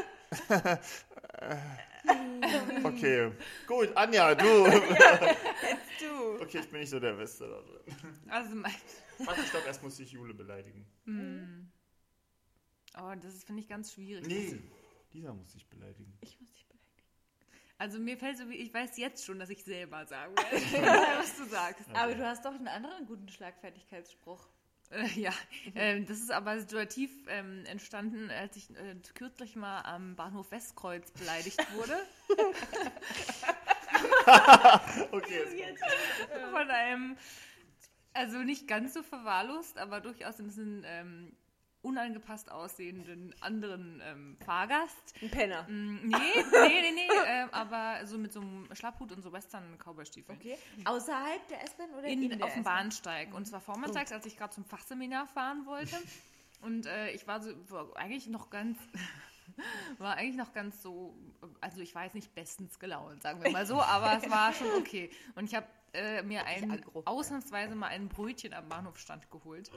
Speaker 6: Okay. Gut, Anja, du. du. Okay, ich bin nicht so der Beste da drin.
Speaker 5: Also, mein-
Speaker 6: Warte, ich glaube, erst muss ich Jule beleidigen.
Speaker 5: oh, das ist, finde ich ganz schwierig.
Speaker 6: Nee. Lisa muss ich beleidigen.
Speaker 4: Ich muss dich beleidigen.
Speaker 5: Also mir fällt so wie, ich weiß jetzt schon, dass ich selber sagen werde, was du sagst.
Speaker 4: Aber du hast doch einen anderen guten Schlagfertigkeitsspruch.
Speaker 5: Äh, ja, ähm, das ist aber situativ ähm, entstanden, als ich äh, kürzlich mal am Bahnhof Westkreuz beleidigt wurde.
Speaker 6: Okay, jetzt kommt's.
Speaker 5: von einem, also nicht ganz so verwahrlost, aber durchaus ein bisschen ähm, unangepasst aussehenden anderen ähm, Fahrgast.
Speaker 3: Ein Penner.
Speaker 4: Hm,
Speaker 5: Mm, Nee, nee, nee, nee, ähm, aber so mit so einem Schlapphut und so Western-Cowboy-Stiefeln.
Speaker 7: Okay. Außerhalb der S-Bahn oder in,
Speaker 5: in,
Speaker 7: der
Speaker 5: auf dem
Speaker 7: S-Bahn?
Speaker 5: Bahnsteig. Und zwar
Speaker 7: Oh.
Speaker 5: vormittags, als ich gerade zum Fachseminar fahren wollte. Und äh, ich war so war eigentlich noch ganz, war eigentlich noch ganz so, also ich war jetzt nicht bestens gelaunt, sagen wir mal so, aber es war schon okay. Und ich habe äh, mir ein, ausnahmsweise mal ein Brötchen am Bahnhofstand geholt,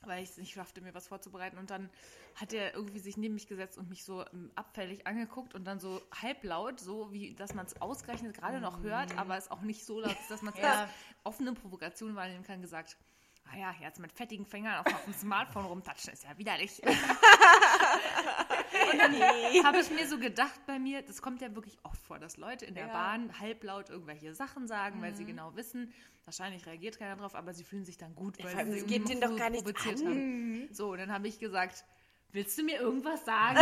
Speaker 5: weil ich es nicht schaffte, mir was vorzubereiten. Und dann hat er irgendwie sich neben mich gesetzt und mich so ähm, abfällig angeguckt und dann so halblaut, so wie, dass man es ausgerechnet gerade noch hört, aber es auch nicht so laut ist, dass man es als offene Provokation wahrnehmen kann, gesagt, ah ja, jetzt mit fettigen Fingern auf, auf dem Smartphone rumtatschen, ist ja widerlich. Habe ich mir so gedacht bei mir, das kommt ja wirklich oft vor, dass Leute in der Bahn halblaut irgendwelche Sachen sagen, weil
Speaker 3: Mhm.
Speaker 5: sie genau wissen, wahrscheinlich reagiert keiner drauf, aber sie fühlen sich dann gut, weil
Speaker 3: allem,
Speaker 5: sie
Speaker 3: es geht
Speaker 5: irgendwie
Speaker 3: denen doch gar nichts
Speaker 5: provoziert
Speaker 3: an. Mhm.
Speaker 5: haben. So, dann habe ich gesagt, willst du mir irgendwas sagen?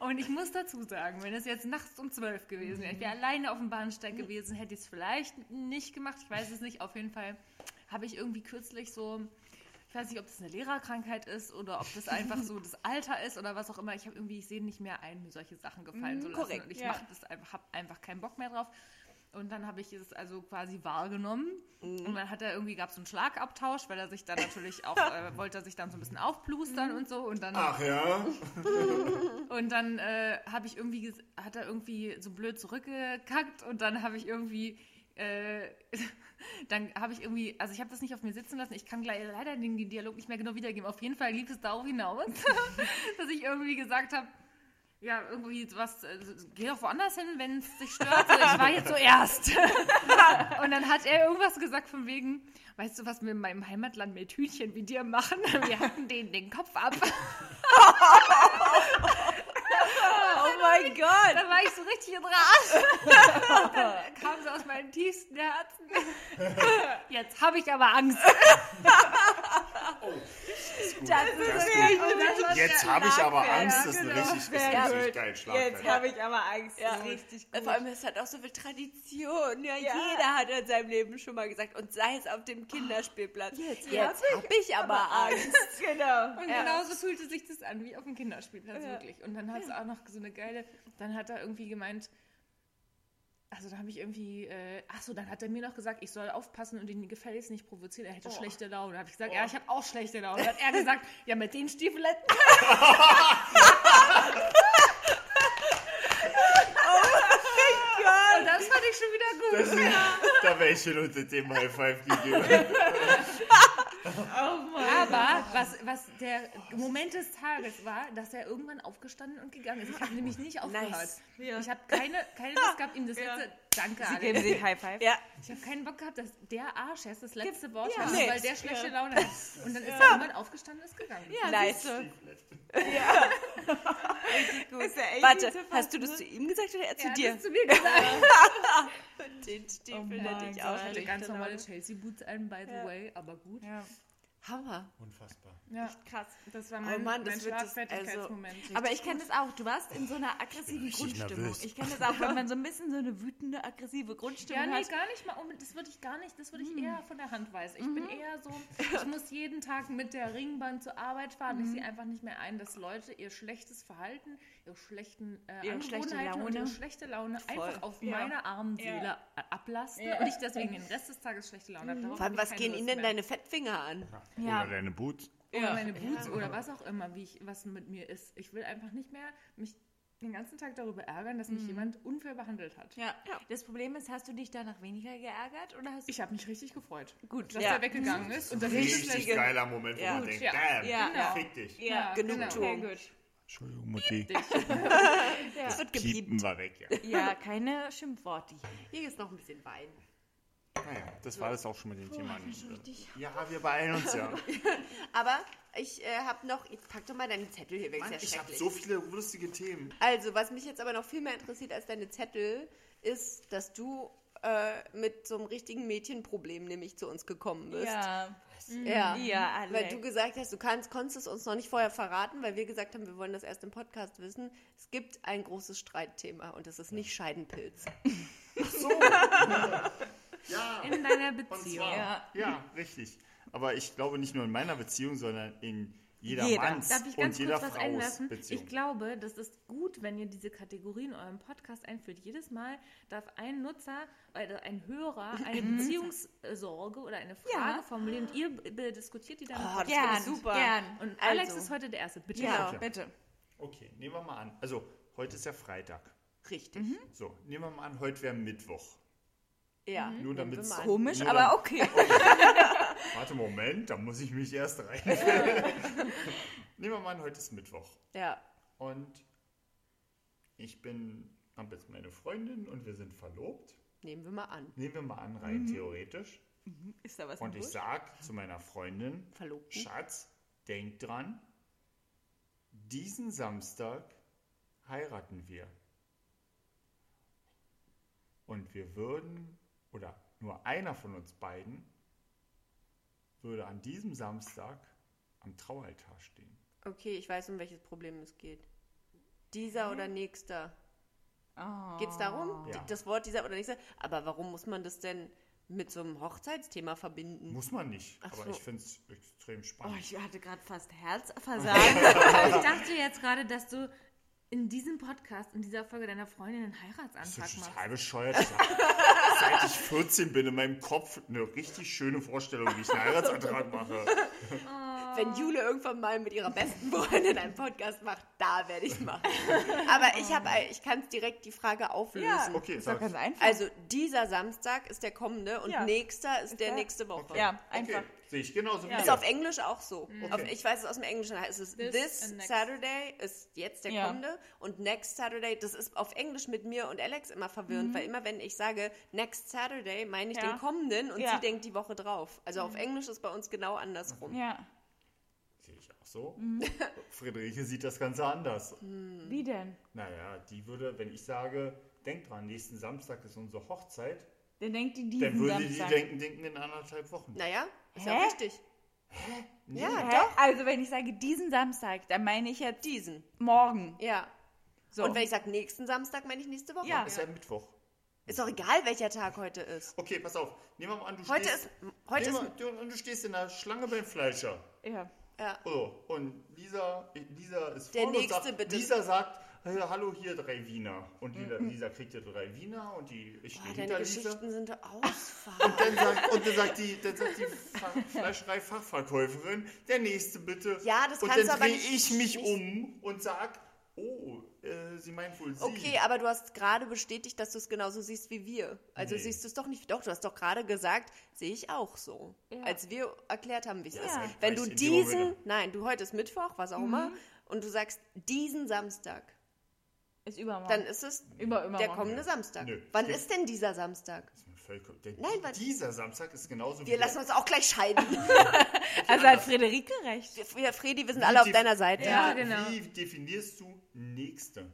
Speaker 5: Und ich muss dazu sagen, wenn es jetzt nachts um zwölf gewesen wäre, ich wäre alleine auf dem Bahnsteig gewesen, hätte ich es vielleicht nicht gemacht, ich weiß es nicht. Auf jeden Fall habe ich irgendwie kürzlich so, ich weiß nicht, ob das eine Lehrerkrankheit ist oder ob das einfach so das Alter ist oder was auch immer. Ich habe irgendwie, ich sehe nicht mehr ein, mir solche Sachen gefallen zu lassen.
Speaker 3: korrekt,
Speaker 5: und ich
Speaker 4: ja.
Speaker 5: mache das einfach, habe einfach keinen Bock mehr drauf. Und dann habe ich es also quasi wahrgenommen. Und dann hat er irgendwie, gab es so einen Schlagabtausch, weil er sich dann natürlich auch, äh, wollte er sich dann so ein bisschen aufplustern und so. Und dann
Speaker 6: Ach ja.
Speaker 5: und dann äh, habe ich irgendwie, ges- hat er irgendwie so blöd zurückgekackt und dann habe ich irgendwie, äh, dann habe ich irgendwie, also ich habe das nicht auf mir sitzen lassen. Ich kann gleich, leider den Dialog nicht mehr genau wiedergeben. Auf jeden Fall lief es darauf hinaus, dass ich irgendwie gesagt habe, ja, irgendwie was, äh, geh doch woanders hin, wenn es dich stört. So, ich war jetzt zuerst. und dann hat er irgendwas gesagt von wegen, weißt du, was wir in meinem Heimatland mit Hühnchen wie dir machen? Wir hacken denen den Kopf ab.
Speaker 3: Oh mein Gott!
Speaker 5: Da war ich so richtig in Rage. Dann kam sie aus meinem tiefsten Herzen. Jetzt habe ich aber Angst.
Speaker 6: Das ist
Speaker 5: Das
Speaker 6: Jetzt habe ich aber Angst, das ist ein
Speaker 5: genau.
Speaker 6: richtig, ist richtig geil
Speaker 7: Jetzt
Speaker 6: Schlagzeug.
Speaker 7: habe ich aber Angst.
Speaker 3: Ja.
Speaker 7: Das ist richtig
Speaker 3: Äh, Vor
Speaker 7: gut.
Speaker 3: allem, es hat auch so viel Tradition. Ja, Jeder hat in seinem Leben schon mal gesagt, und sei es auf dem Kinderspielplatz. Jetzt, hab ich aber äh, Angst.
Speaker 7: genau.
Speaker 5: Und genauso fühlte sich das an wie auf dem Kinderspielplatz, wirklich. Und dann hat es auch noch so eine geile, dann hat er irgendwie gemeint, also da habe ich irgendwie, äh, ach so, dann hat er mir noch gesagt, ich soll aufpassen und ihn gefälligst nicht provozieren, er hätte schlechte Laune. Da habe ich gesagt, ja, ich habe auch schlechte Laune. Dann hat er gesagt, ja, mit den Stiefeletten. Oh Und das fand ich schon wieder gut.
Speaker 6: Das ist, da wäre ich schon unter dem High Five gegeben.
Speaker 5: Aber was, was der Moment des Tages war, dass er irgendwann aufgestanden und gegangen ist. Ich habe nämlich nicht aufgehört.
Speaker 3: Nice.
Speaker 5: Ich habe keine, keine Lust gehabt, ihm das letzte Danke
Speaker 7: Sie
Speaker 5: Alex.
Speaker 7: geben sich High Five.
Speaker 3: Ja,
Speaker 5: Ich habe keinen Bock gehabt, dass der Arsch erst das letzte Wort
Speaker 3: Ja.
Speaker 5: hat, weil
Speaker 3: Nix.
Speaker 5: der schlechte Laune hat. Und dann ist er irgendwann aufgestanden und ist gegangen.
Speaker 3: nice.
Speaker 7: Ist ja echt
Speaker 3: Warte,
Speaker 7: nicht so
Speaker 3: hast du das zu ihm gesagt oder er zu
Speaker 5: Er hat
Speaker 3: dir?
Speaker 5: das zu mir gesagt.
Speaker 3: Den Stiefel
Speaker 7: Oh
Speaker 3: hätte
Speaker 7: mein
Speaker 3: ich auch
Speaker 7: Gott.
Speaker 3: Genau.
Speaker 5: Ich genau. hatte
Speaker 3: schlecht
Speaker 5: ganz
Speaker 3: gelaunt.
Speaker 5: normale Chelsea Boots an, by the way, aber gut.
Speaker 4: Ja,
Speaker 3: Hammer.
Speaker 6: Unfassbar.
Speaker 4: ja. krass. Das war
Speaker 3: Oh
Speaker 4: mein,
Speaker 3: Mann,
Speaker 4: mein
Speaker 3: das wird das-
Speaker 4: Schlagfertigkeitsmoment.
Speaker 7: Aber ich kenne das auch. Du warst in so einer aggressiven
Speaker 6: richtig
Speaker 7: Grundstimmung.
Speaker 6: nervös.
Speaker 7: Ich kenne das auch, wenn man so ein bisschen so eine wütende, aggressive
Speaker 5: Ja,
Speaker 7: Grundstimmung
Speaker 5: nee,
Speaker 7: hat.
Speaker 5: gar nicht mal. unbedingt. Das würde ich gar nicht, das würde ich eher von der Hand weisen. Ich bin eher so, ich muss jeden Tag mit der Ringbahn zur Arbeit fahren. Ich sehe einfach nicht mehr ein, dass Leute ihr schlechtes Verhalten, ihre schlechten äh,
Speaker 7: Ihre schlechte
Speaker 5: Angewohnheiten und
Speaker 7: Laune.
Speaker 5: ihre schlechte Laune
Speaker 7: Voll.
Speaker 5: einfach auf
Speaker 4: Ja.
Speaker 5: meiner armen Seele äh, ablasten und ich deswegen den Rest des Tages schlechte Laune habe. Darauf
Speaker 3: Vor allem,
Speaker 5: habe ich
Speaker 3: was
Speaker 5: keine
Speaker 3: gehen
Speaker 5: Lust
Speaker 3: Ihnen denn
Speaker 5: mehr.
Speaker 3: deine Fettfinger an?
Speaker 7: Ja.
Speaker 6: Oder deine Boots.
Speaker 5: oder meine Boots oder was auch immer, wie ich, was mit mir ist. Ich will einfach nicht mehr mich den ganzen Tag darüber ärgern, dass mich jemand unfair behandelt hat.
Speaker 7: Ja. Das Problem ist, hast du dich danach weniger geärgert oder hast du
Speaker 5: Ich habe mich richtig gefreut,
Speaker 7: gut?
Speaker 5: dass
Speaker 3: Ja.
Speaker 5: er weggegangen ist und dass ich das
Speaker 6: Richtig
Speaker 5: letzte
Speaker 6: geiler Moment, wo
Speaker 3: Ja.
Speaker 6: man
Speaker 5: Gut,
Speaker 6: denkt,
Speaker 5: ja.
Speaker 6: damn,
Speaker 7: Ja. Genau.
Speaker 6: fick dich.
Speaker 7: Ja,
Speaker 3: Genugtuung.
Speaker 5: Genau.
Speaker 6: Entschuldigung, Mutti.
Speaker 3: Es wird
Speaker 6: Piepen
Speaker 3: gepiept.
Speaker 6: war weg, ja.
Speaker 7: ja, keine Schimpfworte.
Speaker 3: Hier ist noch ein bisschen Wein.
Speaker 6: Naja, das war das auch schon mit dem Thema. Ja, wir beeilen uns ja.
Speaker 3: Aber ich äh, habe noch, jetzt pack doch mal deinen Zettel hier weg,
Speaker 6: Mann,
Speaker 3: ist
Speaker 6: ich
Speaker 3: ja
Speaker 6: habe
Speaker 3: schrecklich.
Speaker 6: so viele lustige Themen.
Speaker 3: also, was mich jetzt aber noch viel mehr interessiert als deine Zettel, ist, dass du äh, mit so einem richtigen Mädchenproblem nämlich zu uns gekommen bist.
Speaker 4: Ja.
Speaker 3: Ja.
Speaker 4: Ja, Alex.
Speaker 3: Weil du gesagt hast, du kannst, konntest es uns noch nicht vorher verraten, weil wir gesagt haben, wir wollen das erst im Podcast wissen. Es gibt ein großes Streitthema und es ist nicht Scheidenpilz.
Speaker 6: Ja,
Speaker 5: in deiner
Speaker 6: und
Speaker 5: Beziehung.
Speaker 6: zwar.
Speaker 5: Ja.
Speaker 6: Ja. richtig. Aber ich glaube nicht nur in meiner Beziehung, sondern in jeder,
Speaker 4: Jeder.
Speaker 6: Manns
Speaker 5: Darf ich
Speaker 6: und
Speaker 5: ganz
Speaker 6: jeder
Speaker 5: kurz was
Speaker 6: Frau's
Speaker 5: einwerfen?
Speaker 6: Beziehung.
Speaker 5: Ich glaube, das ist gut, wenn ihr diese Kategorie in eurem Podcast einführt. Jedes Mal darf ein Nutzer, äh, ein Hörer eine Beziehungssorge oder eine Frage
Speaker 4: Ja.
Speaker 5: formulieren und ihr be- diskutiert die dann.
Speaker 3: Oh, das
Speaker 4: Gern,
Speaker 3: wird super.
Speaker 4: gern.
Speaker 5: und Alex
Speaker 3: also.
Speaker 5: ist heute der Erste. Bitte.
Speaker 4: Genau,
Speaker 6: Ja.
Speaker 4: bitte.
Speaker 6: okay, nehmen wir mal an. Also, heute ist ja Freitag.
Speaker 3: Richtig.
Speaker 5: Mhm.
Speaker 6: So, nehmen wir mal an, heute wäre Mittwoch.
Speaker 3: Ja.
Speaker 5: Mhm.
Speaker 6: Nur damit
Speaker 3: wir
Speaker 6: es-
Speaker 3: mal an.
Speaker 4: Komisch,
Speaker 6: Nur
Speaker 4: aber
Speaker 6: dann-
Speaker 4: okay.
Speaker 6: Warte, Moment, da muss ich mich erst rein. nehmen wir mal an, heute ist Mittwoch.
Speaker 3: Ja.
Speaker 6: Und ich bin, habe jetzt meine Freundin und wir sind verlobt.
Speaker 3: Nehmen wir mal an.
Speaker 6: Nehmen wir mal an,
Speaker 5: Mhm.
Speaker 6: rein theoretisch.
Speaker 7: Mhm.
Speaker 4: Ist da was
Speaker 6: Und
Speaker 4: im
Speaker 6: ich
Speaker 4: Busch?
Speaker 6: sag zu meiner Freundin,
Speaker 3: Verlobten.
Speaker 6: Schatz, denk dran, diesen Samstag heiraten wir. Und wir würden, oder nur einer von uns beiden, würde an diesem Samstag am Traualtar stehen.
Speaker 3: Okay, ich weiß, um welches Problem es geht.
Speaker 5: Mhm.
Speaker 3: Dieser oder nächster.
Speaker 5: Oh.
Speaker 3: Geht's darum?
Speaker 6: Ja.
Speaker 3: Das Wort dieser oder nächster. Aber warum muss man das denn mit so einem Hochzeitsthema verbinden?
Speaker 6: Muss man nicht,
Speaker 3: Ach
Speaker 6: aber
Speaker 3: so.
Speaker 6: ich finde es extrem
Speaker 4: Oh,
Speaker 6: spannend.
Speaker 4: ich hatte gerade fast Herzversagen.
Speaker 5: Aber ich dachte jetzt gerade, dass du in diesem Podcast, in dieser Folge deiner Freundin einen
Speaker 6: Das ist
Speaker 5: Heiratsantrag
Speaker 6: doch
Speaker 5: machst.
Speaker 6: total bescheuert. Ich hab, Seit ich 14 bin, in meinem Kopf eine richtig schöne Vorstellung, wie ich einen Heiratsantrag mache.
Speaker 4: Ah.
Speaker 3: Wenn Jule irgendwann mal mit ihrer besten Freundin einen Podcast macht, da werde ich machen. Aber ich habe, ich kann direkt die Frage auflösen.
Speaker 4: Ah. ja,
Speaker 6: Okay,
Speaker 4: ist doch
Speaker 6: sag.
Speaker 4: ganz einfach.
Speaker 3: Also dieser Samstag ist der kommende und
Speaker 4: Ja.
Speaker 3: nächster ist der
Speaker 4: Ja.
Speaker 3: nächste Woche.
Speaker 4: ja,
Speaker 6: Okay,
Speaker 4: einfach.
Speaker 6: sehe ich genauso wie
Speaker 4: Ja.
Speaker 6: ihr.
Speaker 3: Ist auf Englisch auch so.
Speaker 4: Mhm.
Speaker 3: Auf,
Speaker 6: Okay.
Speaker 3: ich weiß es aus dem Englischen. Es ist
Speaker 5: This
Speaker 3: This,
Speaker 5: and next.
Speaker 3: Saturday ist jetzt der
Speaker 4: Ja.
Speaker 3: kommende und Next Saturday, das ist auf Englisch mit mir und Alex immer verwirrend, weil immer wenn ich sage Next Saturday, meine ich
Speaker 4: Mhm. Ja.
Speaker 3: den kommenden und
Speaker 4: Ja. Mhm.
Speaker 3: sie denkt die Woche drauf. Also auf Englisch ist bei uns genau andersrum.
Speaker 4: Ja.
Speaker 6: Sehe ich auch so.
Speaker 3: Mhm.
Speaker 6: Friederike sieht das Ganze anders.
Speaker 3: Hm.
Speaker 5: Wie denn?
Speaker 6: Naja, die würde, wenn ich sage, denk dran, nächsten Samstag ist unsere Hochzeit,
Speaker 4: Dann denkt die
Speaker 6: dann
Speaker 4: diesen
Speaker 6: würde
Speaker 4: Samstag.
Speaker 6: die denken, denken in anderthalb Wochen.
Speaker 3: Naja, ist ja
Speaker 4: Hä?
Speaker 3: richtig. Ja,
Speaker 4: Hä? Also wenn ich sage diesen Samstag, dann meine ich jetzt
Speaker 3: Diesen.
Speaker 4: morgen.
Speaker 3: Ja.
Speaker 4: So.
Speaker 3: Und wenn ich sage nächsten Samstag, meine ich nächste Woche.
Speaker 4: Ja.
Speaker 6: Ist ein Mittwoch.
Speaker 3: Ist doch egal, welcher Tag heute ist.
Speaker 6: Okay, pass auf. Nehmen wir mal an, du
Speaker 3: Heute
Speaker 6: stehst,
Speaker 3: ist. Heute
Speaker 6: nehmen
Speaker 3: ist.
Speaker 6: wir, du, du stehst in der Schlange beim Fleischer.
Speaker 4: ja.
Speaker 3: Ja.
Speaker 6: So, und Lisa, Lisa ist
Speaker 3: Der
Speaker 6: vorne und
Speaker 3: Nächste
Speaker 6: sagt,
Speaker 3: bitte.
Speaker 6: Lisa sagt, "Hey, hallo, hier drei Wiener. Und Lisa, Lisa kriegt ja drei Wiener und die, ich stehe
Speaker 3: Boah,
Speaker 6: hinter
Speaker 3: Ah, deine
Speaker 6: Lisa.
Speaker 3: Geschichten sind ausfahrend.
Speaker 6: Dann sagt, und dann sagt die, dann sagt die Fa- Fleischerei-Fachverkäuferin, der nächste bitte.
Speaker 3: Ja, das
Speaker 6: und
Speaker 3: kannst
Speaker 6: dann
Speaker 3: du aber
Speaker 6: dreh
Speaker 3: nicht-
Speaker 6: ich mich
Speaker 3: nicht-
Speaker 6: um und sag, oh, äh, sie meint wohl sie.
Speaker 3: Okay, aber du hast gerade bestätigt, dass du es genauso siehst wie wir. Also
Speaker 6: Nee.
Speaker 3: siehst du es doch nicht. Doch, du hast doch gerade gesagt, sehe ich auch so. Als wir erklärt haben, wie es ist.
Speaker 6: halt
Speaker 3: Wenn
Speaker 6: gleich
Speaker 3: du
Speaker 6: in die Hose
Speaker 3: diesen,
Speaker 6: wieder.
Speaker 3: nein, du heute ist Mittwoch, was auch immer, und du sagst diesen Samstag,
Speaker 4: Ist übermorgen.
Speaker 3: dann ist es
Speaker 4: über übermorgen.
Speaker 3: der kommende Samstag.
Speaker 6: Nö.
Speaker 3: Wann
Speaker 6: Stimmt.
Speaker 3: ist denn dieser Samstag?
Speaker 6: Das ist mir vollkommen- Der,
Speaker 3: Nein, weil-
Speaker 6: dieser Samstag ist genauso
Speaker 3: Wir
Speaker 6: wie der-
Speaker 3: lassen uns auch gleich scheiden.
Speaker 4: also hat Friederike recht.
Speaker 3: Wir, Fredi, wir sind alle auf
Speaker 6: die-
Speaker 3: deiner Seite.
Speaker 5: Ja.
Speaker 6: wie,
Speaker 5: genau.
Speaker 6: Wie definierst du nächste?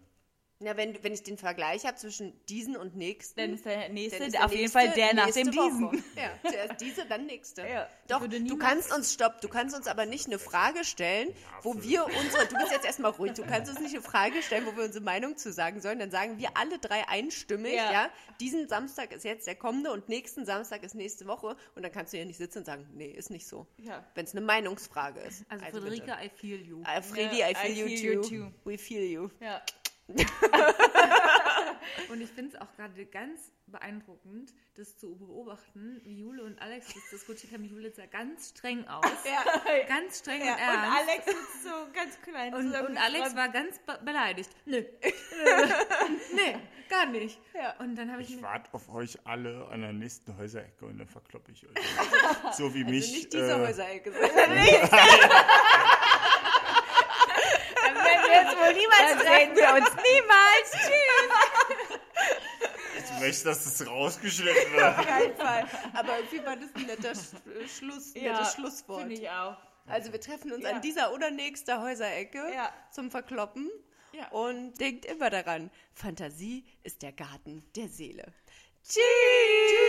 Speaker 3: Na, wenn, du- wenn ich den Vergleich habe zwischen diesen und nächsten.
Speaker 4: Dann ist der nächste,
Speaker 3: Dann ist der
Speaker 4: auf jeden
Speaker 3: nächste
Speaker 4: Fall der nach
Speaker 3: nächste
Speaker 4: dem
Speaker 3: Woche.
Speaker 4: diesen.
Speaker 3: Ja, zuerst diese, dann nächste.
Speaker 4: Ja.
Speaker 3: Doch,
Speaker 5: Würde
Speaker 3: du
Speaker 5: niemand-
Speaker 3: kannst uns, stopp, du kannst uns aber nicht eine Frage stellen, wo wir unsere, du bist jetzt erstmal ruhig, du kannst uns nicht eine Frage stellen, wo wir unsere Meinung zu sagen sollen, dann sagen wir alle drei einstimmig,
Speaker 4: Ja.
Speaker 3: ja, diesen Samstag ist jetzt der kommende und nächsten Samstag ist nächste Woche und dann kannst du hier nicht sitzen und sagen, nee, ist nicht so.
Speaker 4: Ja.
Speaker 3: Wenn es eine Meinungsfrage ist.
Speaker 5: Also,
Speaker 3: bitte.
Speaker 5: Friederike, I feel you.
Speaker 3: Ah, Fredi,
Speaker 4: Ja,
Speaker 3: I feel, you, too. We feel you.
Speaker 4: Ja.
Speaker 5: Und ich finde es auch gerade ganz beeindruckend, das zu beobachten, wie Jule und Alex das diskutiert haben. Jule sah ganz streng aus. Ganz streng und
Speaker 4: Und
Speaker 5: ernst.
Speaker 4: Alex sitzt so ganz klein
Speaker 5: Und,
Speaker 4: zusammen
Speaker 5: und
Speaker 4: mit
Speaker 5: Alex
Speaker 4: Frau-
Speaker 5: war ganz be beleidigt. Nö. nee, gar nicht. Und dann habe ich,
Speaker 6: Ich
Speaker 5: mir.
Speaker 6: warte auf euch alle an der nächsten Häuserecke und dann verkloppe ich euch. so wie mich.
Speaker 3: Also nicht diese
Speaker 6: äh,
Speaker 3: Häuserecke.
Speaker 4: Dann werden wir jetzt wohl niemals sehen wir uns niemals. Tschüss.
Speaker 6: Ich möchte, dass das rausgeschnitten wird.
Speaker 3: keinen Fall. Aber irgendwie war das ein netter Sch äh, Schluss, nettes Schlusswort.
Speaker 4: Finde ich auch.
Speaker 3: Also wir treffen uns
Speaker 4: Ja.
Speaker 3: an dieser oder nächster Häuserecke
Speaker 4: Ja.
Speaker 3: zum Verkloppen.
Speaker 4: Ja.
Speaker 3: Und denkt immer daran, Fantasie ist der Garten der Seele. Tschüss.